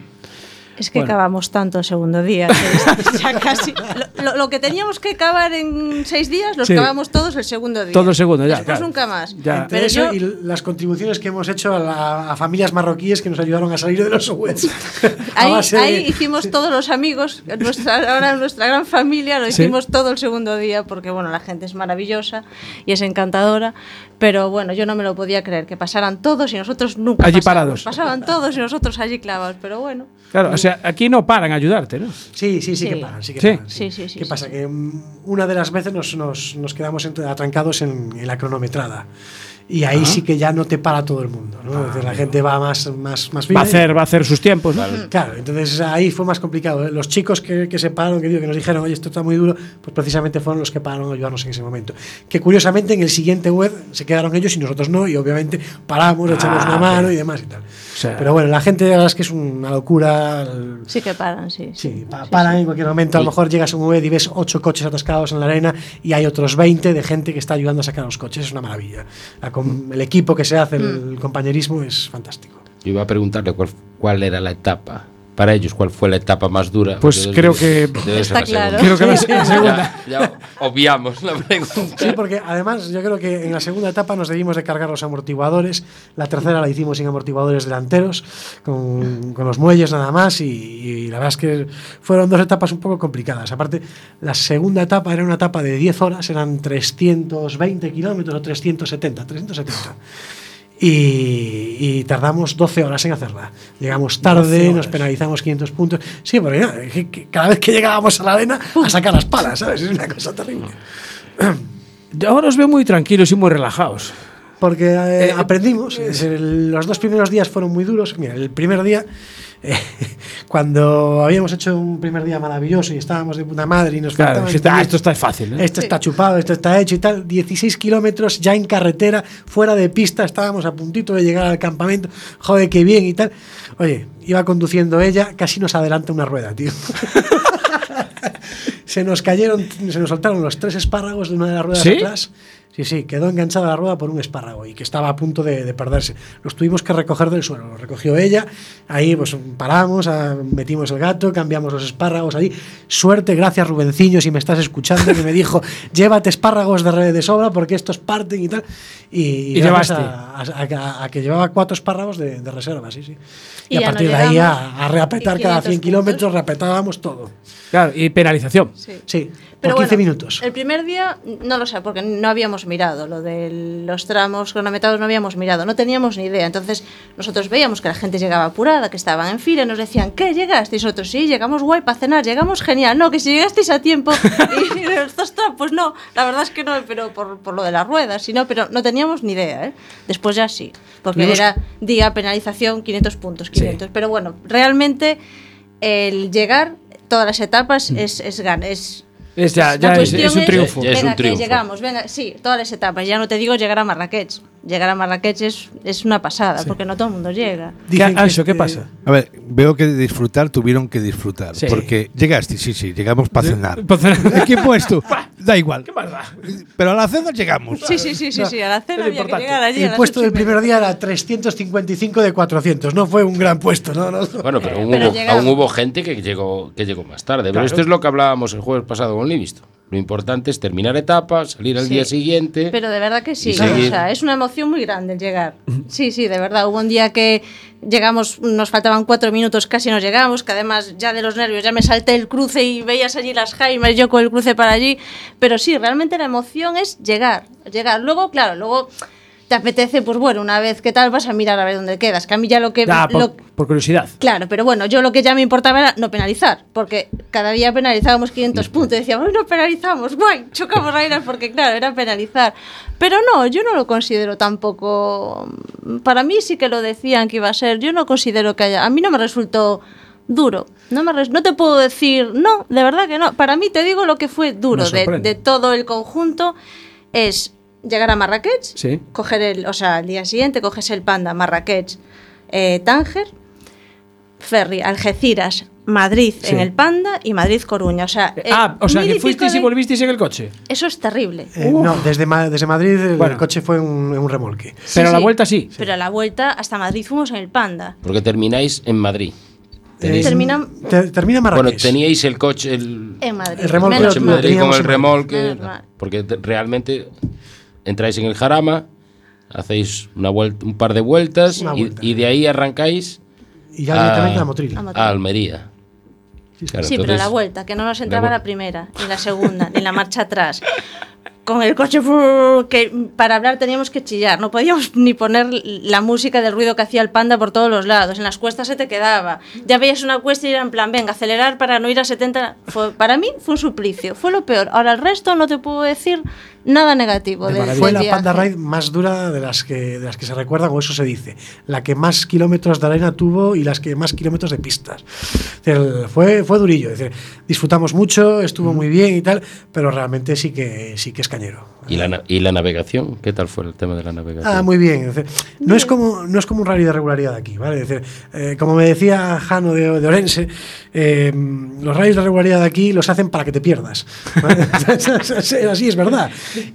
[SPEAKER 13] Es que
[SPEAKER 12] Bueno.
[SPEAKER 13] cavamos tanto el segundo día. que ya casi. Lo, lo- lo que teníamos que cavar en seis días, los
[SPEAKER 1] Sí.
[SPEAKER 13] cavamos todos el segundo día.
[SPEAKER 1] Todo el segundo, ya,
[SPEAKER 13] Después
[SPEAKER 1] claro.
[SPEAKER 13] nunca más.
[SPEAKER 1] Ya.
[SPEAKER 12] Entre
[SPEAKER 13] Pero
[SPEAKER 12] eso
[SPEAKER 13] yo,
[SPEAKER 12] y las contribuciones que hemos hecho a, la- a familias marroquíes que nos ayudaron a salir de los Suez. A
[SPEAKER 13] ahí,
[SPEAKER 12] base
[SPEAKER 13] ahí
[SPEAKER 12] de-
[SPEAKER 13] hicimos todos los amigos, nuestra, ahora nuestra gran familia, lo
[SPEAKER 1] Sí.
[SPEAKER 13] hicimos todo el segundo día, porque bueno, la gente es maravillosa y es encantadora. Pero bueno, yo no me lo podía creer, que pasaran todos y nosotros nunca.
[SPEAKER 1] Allí
[SPEAKER 13] pasamos.
[SPEAKER 1] parados.
[SPEAKER 13] Pasaban todos y nosotros allí clavados, pero bueno.
[SPEAKER 1] Claro, o sea, aquí no paran a ayudarte, ¿no?
[SPEAKER 12] Sí, sí, sí, que
[SPEAKER 13] Sí.
[SPEAKER 12] pagan, sí que
[SPEAKER 1] Sí.
[SPEAKER 12] pagan,
[SPEAKER 13] Sí, sí, sí,
[SPEAKER 12] ¿Qué
[SPEAKER 13] sí,
[SPEAKER 12] pasa?
[SPEAKER 13] sí.
[SPEAKER 12] Que mm, una de las veces nos, nos- nos quedamos entre- atrancados en, en la cronometrada. Y ahí sí que ya no te para todo el mundo, ¿no? Entonces, la gente va más, más, más
[SPEAKER 1] Ah, Va
[SPEAKER 12] fina
[SPEAKER 1] a
[SPEAKER 12] y-
[SPEAKER 1] hacer, va a hacer sus tiempos, ¿no?
[SPEAKER 12] Claro, entonces ahí fue más complicado. ¿eh? Los chicos que, que se pararon, que, digo, que nos dijeron, oye, esto está muy duro, pues precisamente fueron los que pararon a ayudarnos en ese momento. Que curiosamente en el siguiente web se quedaron ellos y nosotros no, y obviamente paramos,
[SPEAKER 1] Ah,
[SPEAKER 12] echamos una mano y demás y tal.
[SPEAKER 1] sea-
[SPEAKER 12] pero bueno, la gente, la verdad es que es una locura. el-
[SPEAKER 13] Sí que paran, sí.
[SPEAKER 12] Sí, pa- paran en cualquier momento. A lo mejor llegas a un Uber y ves ocho coches atascados en la arena y hay otros 20 de gente que está ayudando a sacar los coches. Es una maravilla. La com- el equipo que se hace, el,
[SPEAKER 13] Mm.
[SPEAKER 12] compañerismo es fantástico.
[SPEAKER 4] Yo iba a preguntarle cuál, cuál era la etapa. Para ellos, ¿cuál fue la etapa más dura?
[SPEAKER 1] Pues
[SPEAKER 4] Porque
[SPEAKER 1] creo
[SPEAKER 4] debe-
[SPEAKER 1] que-
[SPEAKER 4] debe ser
[SPEAKER 13] Está
[SPEAKER 4] la segunda.
[SPEAKER 13] claro.
[SPEAKER 1] Creo que la se- la segunda.
[SPEAKER 4] Ya, ya obviamos la pregunta.
[SPEAKER 12] Sí, porque además yo creo que en la segunda etapa nos debimos de cargar los amortiguadores. La tercera la hicimos sin amortiguadores delanteros, con, con los muelles nada más. Y, y la verdad es que fueron dos etapas un poco complicadas. Aparte, la segunda etapa era una etapa de 10 horas, eran 320 kilómetros o 370, 370. Y, y tardamos 12 horas en hacerla. Llegamos tarde, nos penalizamos 500 puntos. Sí, porque nada, que- que cada vez que llegábamos a la arena a sacar las palas, ¿sabes? Es una cosa terrible.
[SPEAKER 1] Ahora os veo muy tranquilos y muy relajados.
[SPEAKER 12] porque eh, aprendimos. Es el- los dos primeros días fueron muy duros. Mira, el primer día, eh, cuando habíamos hecho un primer día maravilloso y estábamos de puta madre y nos
[SPEAKER 1] Claro,
[SPEAKER 12] faltaban
[SPEAKER 1] dijiste, "Ah,
[SPEAKER 12] días".
[SPEAKER 1] esto está fácil, ¿eh?".
[SPEAKER 12] Esto está chupado, esto está hecho y tal. 16 kilómetros ya en carretera, fuera de pista, estábamos a puntito de llegar al campamento. Joder, qué bien y tal. Oye, iba conduciendo ella, casi nos adelanta una rueda, tío. se nos cayeron, se nos soltaron los tres espárragos de una de las ruedas
[SPEAKER 1] ¿Sí?
[SPEAKER 12] atrás. Sí, sí, quedó enganchada la rueda por un espárrago y que estaba a punto de, de perderse. Los tuvimos que recoger del suelo, los recogió ella. Ahí pues paramos, ah, metimos el gato, cambiamos los espárragos ahí. Suerte, gracias Rubenciño, si me estás escuchando, que me dijo, llévate espárragos de, re- de sobra porque estos parten y tal. Y,
[SPEAKER 1] Y
[SPEAKER 12] gracias
[SPEAKER 1] llevaste.
[SPEAKER 12] A, a- a- a que llevaba cuatro espárragos de, de reserva, sí, sí.
[SPEAKER 1] Y
[SPEAKER 12] Y, a
[SPEAKER 1] ya no
[SPEAKER 12] partir de ahí
[SPEAKER 1] llegamos.
[SPEAKER 12] a, a reapetar
[SPEAKER 1] Y
[SPEAKER 12] cada
[SPEAKER 1] 500
[SPEAKER 12] 100 kilómetros, reapetábamos todo.
[SPEAKER 1] Claro, y penalización.
[SPEAKER 13] Sí.
[SPEAKER 12] por 15
[SPEAKER 13] Pero bueno,
[SPEAKER 12] minutos.
[SPEAKER 13] El primer día, no lo sé, porque no habíamos mirado lo de los tramos cronometrados, no habíamos mirado, no teníamos ni idea. Entonces, nosotros veíamos que la gente llegaba apurada, que estaban en fila, y nos decían, ¿qué llegasteis? Nosotros, sí, llegamos guay para cenar, llegamos genial. No, que si llegasteis a tiempo, y estos pues no, la verdad es que no, pero por, por lo de las ruedas, sino, pero no teníamos ni idea, ¿eh? Después ya sí, porque
[SPEAKER 14] Tuvimos-
[SPEAKER 13] era día penalización, 500 puntos, 500. Pero bueno, realmente el llegar todas las etapas
[SPEAKER 12] Mm.
[SPEAKER 13] es, es gan- es
[SPEAKER 1] Es ya-
[SPEAKER 13] la
[SPEAKER 1] ya es-
[SPEAKER 13] cuestión
[SPEAKER 1] es un triunfo. Ya es
[SPEAKER 13] venga,
[SPEAKER 1] un triunfo.
[SPEAKER 13] que llegamos, venga, sí, todas las etapas. Ya no te digo llegar a Marrakech. Llegar a Marrakech es, es una pasada, porque no todo el mundo llega.
[SPEAKER 1] ¿Qué, Anxo,
[SPEAKER 13] este
[SPEAKER 1] ¿qué pasa?
[SPEAKER 7] A ver, veo que disfrutar tuvieron que disfrutar.
[SPEAKER 1] Sí.
[SPEAKER 7] Porque llegaste, sí, sí, llegamos para cenar.
[SPEAKER 1] pa' cenar.
[SPEAKER 7] ¿Qué he puesto? Da igual. Pero a la cena llegamos.
[SPEAKER 13] Sí, sí, sí, sí, sí, a la cena
[SPEAKER 1] Es
[SPEAKER 13] había que
[SPEAKER 1] importante.
[SPEAKER 13] llegar allí. a
[SPEAKER 12] El
[SPEAKER 13] las
[SPEAKER 12] puesto
[SPEAKER 13] ocho y
[SPEAKER 12] del primer día era 355 de 400. No fue un gran puesto, ¿no? no.
[SPEAKER 4] Bueno, pero, aún,
[SPEAKER 13] pero
[SPEAKER 4] hubo,
[SPEAKER 13] llegamos.
[SPEAKER 4] aún hubo gente que llegó, que llegó más tarde. Pero
[SPEAKER 12] Claro.
[SPEAKER 4] esto es lo que hablábamos el jueves pasado con Livisto. Lo importante es terminar etapas, salir al
[SPEAKER 13] Sí.
[SPEAKER 4] día siguiente.
[SPEAKER 13] media. Pero de verdad que sí,
[SPEAKER 4] Y seguir.
[SPEAKER 13] o sea, es una emoción muy grande el llegar. Sí, sí, de verdad. Hubo un día que llegamos, nos faltaban cuatro minutos, casi nos llegamos, que además ya de los nervios ya me salté el cruce y veías allí las jaimas, yo con el cruce para allí. Pero sí, realmente la emoción es llegar, llegar. Luego, claro, luego te apetece, pues bueno, una vez que tal, vas a mirar a ver dónde quedas. Que a mí ya lo que...
[SPEAKER 1] Ya, por,
[SPEAKER 13] lo-
[SPEAKER 1] por curiosidad.
[SPEAKER 13] Claro, pero bueno, yo lo que ya me importaba era no penalizar, porque cada día penalizábamos 500 puntos, decíamos, no penalizamos, guay, chocamos rainas, porque claro, era penalizar. Pero no, yo no lo considero tampoco, para mí sí que lo decían que iba a ser, yo no considero que haya, a mí no me resultó duro, no, me res- no te puedo decir, no, de verdad que no, para mí te digo lo que fue duro
[SPEAKER 1] Me
[SPEAKER 13] de,
[SPEAKER 1] sorprende.
[SPEAKER 13] de todo el conjunto, es llegar a Marrakech,
[SPEAKER 1] Sí.
[SPEAKER 13] coger el, o sea, al día siguiente coges el panda Marrakech, eh, Tánger, ferry Algeciras, Madrid
[SPEAKER 1] Sí.
[SPEAKER 13] en el panda y Madrid Coruña. O sea, eh,
[SPEAKER 1] ah, o sea,
[SPEAKER 13] mil
[SPEAKER 1] que
[SPEAKER 13] y
[SPEAKER 1] fuisteis
[SPEAKER 13] pico
[SPEAKER 1] y
[SPEAKER 13] de-
[SPEAKER 1] volvisteis en el coche.
[SPEAKER 13] Eso es terrible.
[SPEAKER 12] Eh,
[SPEAKER 13] Uf.
[SPEAKER 12] no, desde, Ma- desde Madrid el
[SPEAKER 1] Bueno.
[SPEAKER 12] coche fue un, un remolque.
[SPEAKER 13] Sí, sí.
[SPEAKER 1] sí.
[SPEAKER 13] Pero a la vuelta hasta Madrid fuimos en el panda.
[SPEAKER 4] Porque termináis en Madrid.
[SPEAKER 13] Termina
[SPEAKER 12] Te- termina
[SPEAKER 4] Bueno,
[SPEAKER 12] Marrakech.
[SPEAKER 4] teníais el coche, el,
[SPEAKER 13] en Madrid.
[SPEAKER 12] el remolque
[SPEAKER 13] Menos
[SPEAKER 4] coche en
[SPEAKER 13] mal.
[SPEAKER 4] Madrid con el
[SPEAKER 12] en Madrid.
[SPEAKER 4] remolque.
[SPEAKER 13] Menos mal.
[SPEAKER 4] Porque te- realmente entráis en el Jarama, hacéis una vuelta, un par de vueltas
[SPEAKER 12] Una
[SPEAKER 4] y,
[SPEAKER 12] vuelta.
[SPEAKER 4] y de ahí arrancáis
[SPEAKER 12] Y ya directamente a Motril.
[SPEAKER 13] A Motril.
[SPEAKER 4] a Almería. Claro,
[SPEAKER 13] sí, pero
[SPEAKER 4] entonces-
[SPEAKER 13] la vuelta, que no nos entraba
[SPEAKER 4] vuelta.
[SPEAKER 13] la primera, ni la segunda, ni la marcha atrás. Con el coche brrr, que para hablar teníamos que chillar, no podíamos ni poner la música del ruido que hacía el panda por todos los lados, en las cuestas se te quedaba, ya veías una cuesta y era en plan, venga, acelerar para no ir a 70, Fue- para mí fue un suplicio, fue lo peor, ahora el resto no te puedo decir nada negativo del-
[SPEAKER 12] Fue
[SPEAKER 13] del
[SPEAKER 12] la
[SPEAKER 13] viaje.
[SPEAKER 12] Panda Ride más dura de las, que, de las que se recuerdan, o eso se dice. La que más kilómetros de arena tuvo y las que más kilómetros de pistas. Es decir, fue, fue durillo. Es decir, disfrutamos mucho, estuvo muy bien y tal, pero realmente sí que, sí que es cañero.
[SPEAKER 4] ¿Y la, na- ¿Y la navegación? ¿Qué tal fue el tema de la navegación?
[SPEAKER 12] Ah, muy bien. Es decir, no, es como, no es como un rally de regularidad aquí, ¿vale? Es decir, eh, como me decía Jano de, de Orense, eh, los rallies de regularidad de aquí los hacen para que te pierdas. ¿vale? Así es verdad.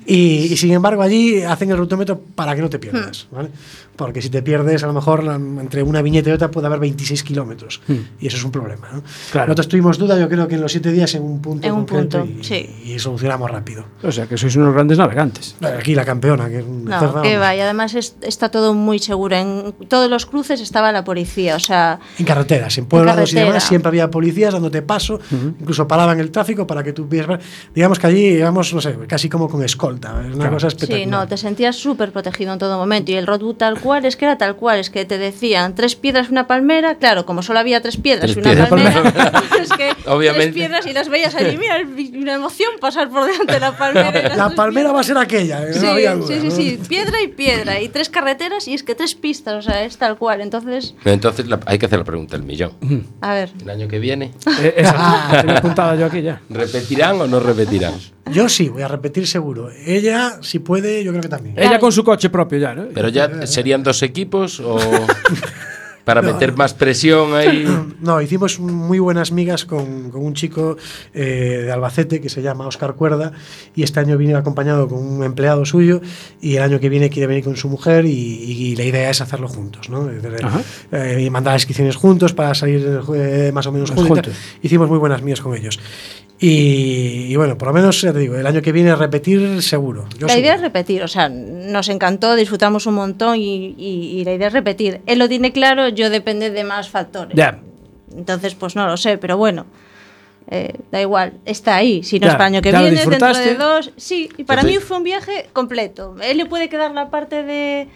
[SPEAKER 12] Y, y sin embargo, allí hacen el rutómetro para que no te pierdas,
[SPEAKER 13] Hmm.
[SPEAKER 12] ¿vale? Porque si te pierdes, a lo mejor la- entre una viñeta y otra puede haber 26 kilómetros.
[SPEAKER 1] Hmm.
[SPEAKER 12] Y eso es un problema, ¿no? Nosotros tuvimos duda, yo creo que en los siete días en un punto
[SPEAKER 13] En un
[SPEAKER 12] concreto
[SPEAKER 13] punto,
[SPEAKER 12] y,
[SPEAKER 13] sí.
[SPEAKER 12] y solucionamos rápido.
[SPEAKER 1] O sea, que sois unos grandes navegantes.
[SPEAKER 12] Aquí la campeona, que es un
[SPEAKER 13] No,
[SPEAKER 12] cerdo,
[SPEAKER 13] que
[SPEAKER 12] vamos.
[SPEAKER 13] va, y además es- está todo muy seguro, en todos los cruces estaba la policía, o sea...
[SPEAKER 12] En carreteras, en pueblos y
[SPEAKER 13] carretera.
[SPEAKER 12] demás, siempre había policías dándote paso, incluso paraban el tráfico para que tú pudieras ver. Digamos que allí íbamos, no sé, casi como con escolta. Es una
[SPEAKER 7] Claro.
[SPEAKER 12] cosa
[SPEAKER 13] Sí,
[SPEAKER 12] espectacular.
[SPEAKER 13] no, te sentías súper protegido en todo momento. Y el roadbook tal cual, es que era tal cual, es que te decían tres piedras y una palmera. Claro, como solo había tres piedras
[SPEAKER 14] Tres
[SPEAKER 13] y una
[SPEAKER 14] piedras.
[SPEAKER 13] palmera, es que
[SPEAKER 14] Obviamente.
[SPEAKER 13] tres piedras y las veías allí. Mira, una emoción pasar por delante de la palmera. y las
[SPEAKER 12] La
[SPEAKER 13] dos
[SPEAKER 12] palmera va a ser aquella, eh,
[SPEAKER 13] Sí,
[SPEAKER 12] no había duda.
[SPEAKER 13] sí, sí,
[SPEAKER 12] ¿no?
[SPEAKER 13] sí, piedra y piedra, y tres carreteras, y es que tres pistas, o sea, es tal cual. Entonces,
[SPEAKER 14] Entonces la- hay que hacer la pregunta del millón.
[SPEAKER 13] a ver.
[SPEAKER 14] El año que viene.
[SPEAKER 1] Eh,
[SPEAKER 12] Ah,
[SPEAKER 1] Exacto, me he apuntado yo aquí ya.
[SPEAKER 14] ¿Repetirán o no repetirán?
[SPEAKER 12] Yo sí, voy a repetir seguro. Ella, si puede, yo creo que también.
[SPEAKER 1] Ella con su coche propio ya, ¿no?
[SPEAKER 14] Pero ya serían dos equipos o para meter más presión ahí.
[SPEAKER 12] No, hicimos muy buenas migas con, con un chico eh, de Albacete que se llama Oscar Cuerda y este año viene acompañado con un empleado suyo y el año que viene quiere venir con su mujer y, y la idea es hacerlo juntos, ¿no? Es decir,
[SPEAKER 1] Ajá.
[SPEAKER 12] eh, y mandar inscripciones juntos para salir eh, más o menos
[SPEAKER 1] Más
[SPEAKER 12] juntos. y tal.
[SPEAKER 1] juntos.
[SPEAKER 12] Hicimos muy buenas migas con ellos. Y, y bueno, por lo menos ya te digo, el año que viene repetir seguro. Yo
[SPEAKER 13] la
[SPEAKER 12] sí.
[SPEAKER 13] idea es repetir, o sea, nos encantó, disfrutamos un montón y, y- y la idea es repetir. Él lo tiene claro, yo depende de más factores.
[SPEAKER 1] Ya.
[SPEAKER 13] Entonces, pues no lo sé, pero bueno, eh, da igual, está ahí. Si no
[SPEAKER 1] Ya,
[SPEAKER 13] es para el año que
[SPEAKER 1] ya lo
[SPEAKER 13] viene, dentro de
[SPEAKER 1] disfrutaste.
[SPEAKER 13] dos, sí. Y para
[SPEAKER 1] Pues
[SPEAKER 13] mí
[SPEAKER 1] sí.
[SPEAKER 13] fue un viaje completo. Él le puede quedar la parte de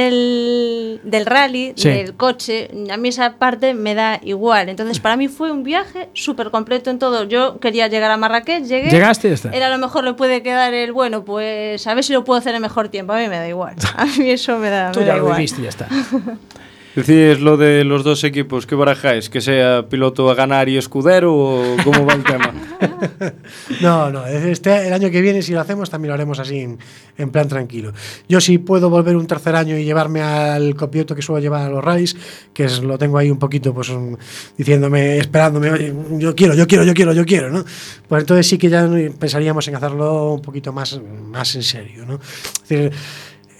[SPEAKER 13] del, del rally,
[SPEAKER 1] Sí.
[SPEAKER 13] del coche, a mí esa parte me da igual. Entonces, para mí fue un viaje súper completo en todo. Yo quería llegar a Marrakech, llegué.
[SPEAKER 1] Llegaste y ya está.
[SPEAKER 13] Él a lo mejor le puede quedar el, bueno, pues a ver si lo puedo hacer en mejor tiempo. A mí me da igual. A mí eso me da,
[SPEAKER 1] Tú
[SPEAKER 13] me
[SPEAKER 1] ya
[SPEAKER 13] da
[SPEAKER 1] lo
[SPEAKER 13] igual.
[SPEAKER 1] viviste y ya está.
[SPEAKER 10] Decís lo de los dos equipos, ¿qué barajáis? ¿Que sea piloto a ganar y escudero o cómo va el tema?
[SPEAKER 12] No, no, este, el año que viene si lo hacemos también lo haremos así en, en plan tranquilo. Yo si puedo volver un tercer año y llevarme al copioto que suelo llevar a los rallies, que es- lo tengo ahí un poquito pues un- diciéndome, esperándome, "Oye, yo quiero, yo quiero, yo quiero, yo quiero, ¿no? Pues entonces sí que ya pensaríamos en hacerlo un poquito más, más en serio, ¿no? Es decir,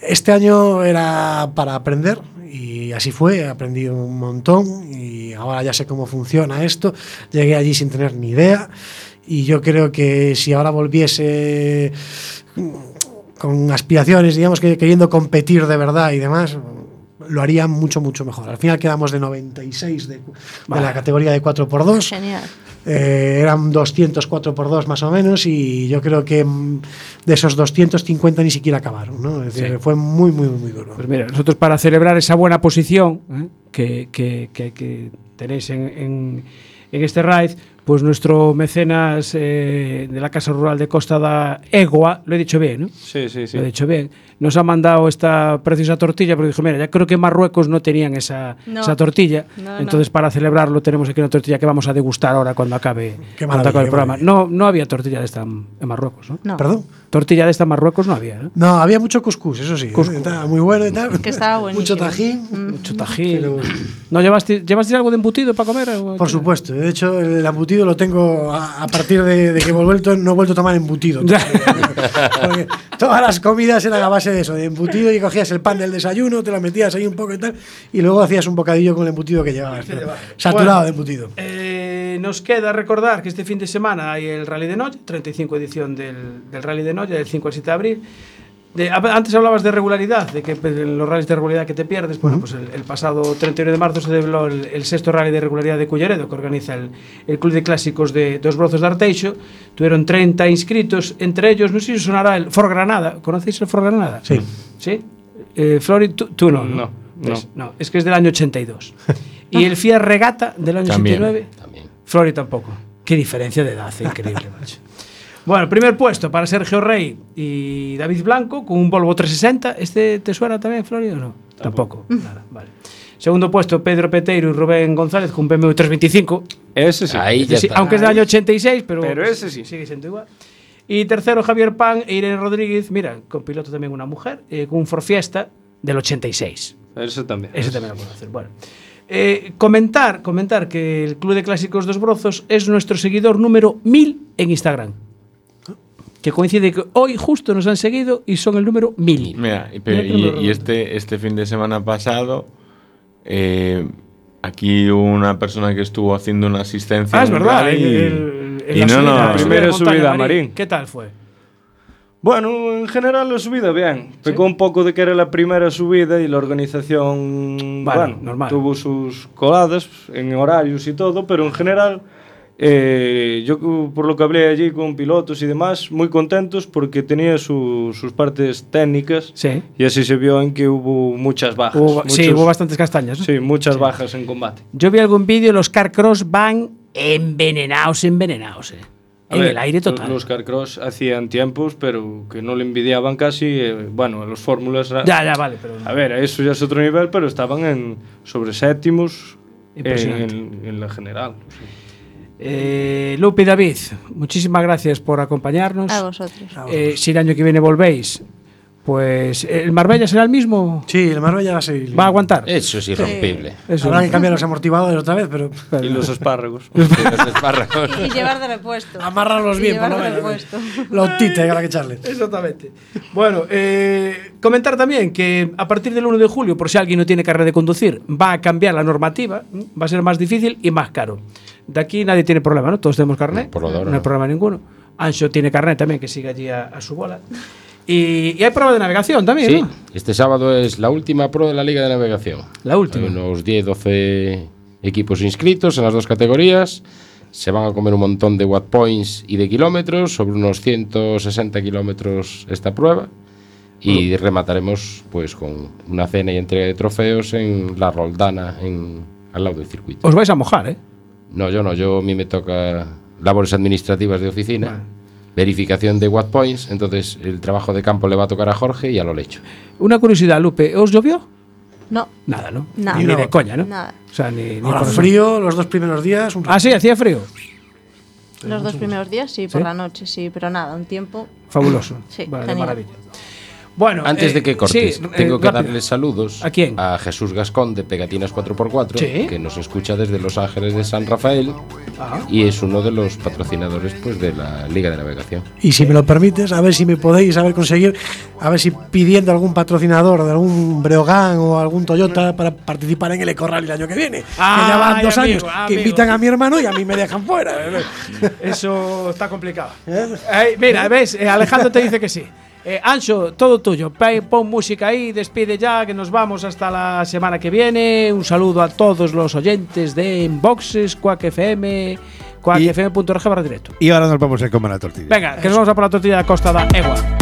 [SPEAKER 12] este año era para aprender y así fue, aprendí un montón y ahora ya sé cómo funciona esto, llegué allí sin tener ni idea y yo creo que si ahora volviese mm, con aspiraciones, digamos que queriendo competir de verdad y demás, lo haría mucho, mucho mejor. Al final quedamos de 96 de, de la categoría de 4x2.
[SPEAKER 13] Genial.
[SPEAKER 12] Eh, eran 204 por 2 más o menos y yo creo que mm, de esos 250 ni siquiera acabaron. ¿no? Es decir,
[SPEAKER 1] Sí.
[SPEAKER 12] Fue muy, muy, muy duro.
[SPEAKER 1] Pues mira, nosotros para celebrar esa buena posición ¿eh? que, que- que- que tenéis en, en- en este raid, pues nuestro mecenas eh, de la Casa Rural de Costa da Egua, lo he dicho bien, ¿no?
[SPEAKER 10] Sí, sí, sí.
[SPEAKER 1] Lo he dicho bien. Nos ha mandado esta preciosa tortilla, porque dijo, mira, ya creo que en Marruecos no tenían esa,
[SPEAKER 10] No.
[SPEAKER 1] esa tortilla.
[SPEAKER 10] No, no.
[SPEAKER 1] Entonces, para celebrarlo, tenemos aquí una tortilla que vamos a degustar ahora cuando acabe,
[SPEAKER 12] Qué
[SPEAKER 1] cuando
[SPEAKER 12] maravilla,
[SPEAKER 1] acabe el
[SPEAKER 12] qué
[SPEAKER 1] programa. No, no había tortilla de esta en en Marruecos, ¿no?
[SPEAKER 13] No.
[SPEAKER 12] ¿Perdón?
[SPEAKER 1] Tortilla de esta en Marruecos no había, ¿no?
[SPEAKER 12] No, había mucho cuscús, eso sí. ¿eh?
[SPEAKER 1] Cuscús.
[SPEAKER 12] Estaba muy bueno y tal.
[SPEAKER 13] Que estaba
[SPEAKER 12] Mucho
[SPEAKER 13] buenísimo.
[SPEAKER 12] tajín.
[SPEAKER 1] Mucho tajín. ¿No llevaste, llevaste algo de embutido para comer? o-
[SPEAKER 12] Por supuesto, de hecho el embutido lo tengo a, a partir de, de que he vuelto, no he vuelto a tomar embutido. Porque todas las comidas eran a base de eso, de embutido y cogías el pan del desayuno, te lo metías ahí un poco y tal, y luego hacías un bocadillo con el embutido que llevabas. ¿no? Saturado
[SPEAKER 1] Bueno.
[SPEAKER 12] de embutido.
[SPEAKER 1] Eh, nos queda recordar que este fin de semana hay el Rally de Noche, 35 edición del, del Rally de Noche, del 5 al 7 de abril. De- a- antes hablabas de regularidad, de que pues, en los rallies de regularidad que te pierdes. Bueno, pues el, el pasado 31 de marzo se develó el, el sexto rally de regularidad de Culleredo, que organiza el, el Club de Clásicos de Dos Brozos de Arteixo. Tuvieron 30 inscritos, entre ellos, no sé si os sonará el For Granada. ¿Conocéis el For Granada?
[SPEAKER 12] Sí.
[SPEAKER 1] ¿Sí? Eh, Flori, tú, tú no. No, ¿Ves? no. Es que es del año 82. y el Fiat Regata del año
[SPEAKER 14] También,
[SPEAKER 1] 89. Flori tampoco. Qué diferencia de edad, eh, increíble, macho. Bueno, primer puesto para Sergio Rey y David Blanco con un Volvo 360. ¿Este te suena también, Flori, o no? Tampoco. Nada, vale. Segundo puesto, Pedro Peteiro y Rubén González con un BMW 325.
[SPEAKER 10] Ese sí.
[SPEAKER 14] Ahí ya
[SPEAKER 1] Sí,
[SPEAKER 14] está.
[SPEAKER 1] aunque es del año 86, pero,
[SPEAKER 10] Pero ese sí.
[SPEAKER 1] sigue siendo igual. Y tercero, Javier Pan e Irene Rodríguez, mira, con piloto también una mujer, eh, con un Ford Fiesta del 86.
[SPEAKER 10] Eso también.
[SPEAKER 1] Ese también lo puedo hacer. Bueno. Eh, comentar, comentar que el Club de Clásicos Dos Brozos es nuestro seguidor número 1000 en Instagram. Que coincide que hoy justo nos han seguido y son el número 1000.
[SPEAKER 3] Mira, y, pero-
[SPEAKER 1] Mira que no me
[SPEAKER 3] y- y este, este fin de semana pasado, eh, aquí hubo una persona que estuvo haciendo una asistencia.
[SPEAKER 1] Ah,
[SPEAKER 3] en
[SPEAKER 1] es
[SPEAKER 3] un
[SPEAKER 1] verdad. el-
[SPEAKER 3] rally y-
[SPEAKER 1] el- el-
[SPEAKER 3] y
[SPEAKER 1] la
[SPEAKER 3] no,
[SPEAKER 1] subida,
[SPEAKER 3] no,
[SPEAKER 1] la
[SPEAKER 10] primera
[SPEAKER 1] de montaña,
[SPEAKER 10] subida, Marín.
[SPEAKER 1] ¿Qué tal fue?
[SPEAKER 10] Bueno, en general la subida bien. Pecó un poco de que era la primera subida y la organización
[SPEAKER 1] Vale,
[SPEAKER 10] bueno,
[SPEAKER 1] normal.
[SPEAKER 10] tuvo sus coladas en horarios y todo, pero en general Eh, yo cu- por lo que hablé allí con pilotos y demás, muy contentos porque tenía su- sus partes técnicas y así se vio en que hubo muchas bajas.
[SPEAKER 1] Hubo- sí,
[SPEAKER 10] muchos-
[SPEAKER 1] hubo bastantes castañas, ¿no?
[SPEAKER 10] Sí, muchas bajas en combate.
[SPEAKER 1] Yo vi algún vídeo, los carcross van envenenados, envenenados, eh.
[SPEAKER 10] A
[SPEAKER 1] En
[SPEAKER 10] ver,
[SPEAKER 1] el aire total.
[SPEAKER 10] Los carcross hacían tiempos, pero que no le envidiaban casi, eh, bueno, a los fórmulas... ra-
[SPEAKER 1] Ya, ya, vale, pero-
[SPEAKER 10] A ver, eso ya es otro nivel, pero estaban en sobre séptimos eh,
[SPEAKER 1] Impresionante.
[SPEAKER 10] en, en la general.
[SPEAKER 1] Eh, Lupi David, muchísimas gracias por acompañarnos.
[SPEAKER 13] A vosotros.
[SPEAKER 1] Eh, si el año que viene volvéis, pues el Marbella será el mismo.
[SPEAKER 12] Sí, el Marbella va a seguir.
[SPEAKER 1] Va a aguantar.
[SPEAKER 4] Eso es irrompible.
[SPEAKER 1] Eso.
[SPEAKER 12] Habrá que cambiar los amortiguadores otra vez, pero.
[SPEAKER 10] Y los espárragos.
[SPEAKER 4] Los espárragos.
[SPEAKER 13] Y llevar de repuesto.
[SPEAKER 12] Amarrarlos
[SPEAKER 13] Y
[SPEAKER 12] bien, por
[SPEAKER 13] llevar
[SPEAKER 12] lo
[SPEAKER 13] de
[SPEAKER 12] menos.
[SPEAKER 13] repuesto.
[SPEAKER 12] Los tites, habrá que echarle.
[SPEAKER 1] Exactamente. Bueno, eh, comentar también que a partir del 1 de julio, por si alguien no tiene carrera de conducir, va a cambiar la normativa, ¿m? va a ser más difícil y más caro. De aquí nadie tiene problema, ¿no? Todos tenemos carnet,
[SPEAKER 4] Por lo de ahora
[SPEAKER 1] no hay
[SPEAKER 4] no.
[SPEAKER 1] problema ninguno. Ancho tiene carnet también, que sigue allí a, a su bola. Y, y hay prueba de navegación también,
[SPEAKER 4] Sí,
[SPEAKER 1] ¿no?
[SPEAKER 4] este sábado es la última prueba de la Liga de Navegación.
[SPEAKER 1] La última.
[SPEAKER 4] Hay unos 10, 12 equipos inscritos en las dos categorías. Se van a comer un montón de watt points y de kilómetros, sobre unos 160 kilómetros esta prueba.
[SPEAKER 1] Mm.
[SPEAKER 4] Y remataremos pues con una cena y entrega de trofeos en la Roldana, en, al lado del circuito.
[SPEAKER 1] Os vais a mojar, ¿eh?
[SPEAKER 4] No, yo no, yo a mí me toca labores administrativas de oficina, verificación de watt points, entonces el trabajo de campo le va a tocar a Jorge y a lo lecho.
[SPEAKER 1] Una curiosidad, Lupe, ¿os llovió?
[SPEAKER 13] No,
[SPEAKER 1] Nada, ¿no?
[SPEAKER 13] Nada.
[SPEAKER 1] Ni, ni de
[SPEAKER 13] No.
[SPEAKER 1] coña, ¿no?
[SPEAKER 13] Nada.
[SPEAKER 1] O sea, ni, ni
[SPEAKER 12] Ahora
[SPEAKER 1] por-
[SPEAKER 12] frío, los dos primeros días. Un...
[SPEAKER 1] Ah, sí, hacía frío.
[SPEAKER 13] los dos primeros días sí, por
[SPEAKER 1] ¿Sí?
[SPEAKER 13] la noche sí, pero nada, un tiempo.
[SPEAKER 1] Fabuloso.
[SPEAKER 13] Sí,
[SPEAKER 1] Vale,
[SPEAKER 13] genial.
[SPEAKER 1] maravilla. Bueno,
[SPEAKER 4] Antes
[SPEAKER 1] eh,
[SPEAKER 4] de que cortes,
[SPEAKER 1] sí, eh,
[SPEAKER 4] tengo que
[SPEAKER 1] rápido.
[SPEAKER 4] darle saludos
[SPEAKER 1] ¿A quién?
[SPEAKER 4] A Jesús Gascón de Pegatinas 4x4,
[SPEAKER 1] Sí. Ah.
[SPEAKER 4] que nos escucha desde Los Ángeles de San Rafael
[SPEAKER 1] Ajá.
[SPEAKER 4] y es uno de los patrocinadores pues de la Liga de Navegación.
[SPEAKER 12] Y si me lo permites, a ver si me podéis a ver conseguir, a ver si pidiendo algún patrocinador de algún Breogán o algún Toyota para participar en el Ecorral el año que viene.
[SPEAKER 1] Ah,
[SPEAKER 12] que ya van dos
[SPEAKER 1] amigo,
[SPEAKER 12] años que
[SPEAKER 1] amigo.
[SPEAKER 12] invitan a mi hermano y a mí me dejan fuera.
[SPEAKER 1] Eso está complicado. Ay, mira, ves, Eh, Alejandro te dice que sí. Eh, Ancho, todo tuyo. Pa- Pon música ahí, despide ya, que nos vamos hasta la semana que viene. Un saludo a todos los oyentes de Inboxes, Quack FM, quackfm.org barra directo.
[SPEAKER 7] Y ahora nos vamos a comer la tortilla.
[SPEAKER 1] Venga, que nos vamos a por la tortilla de Costa da Egua.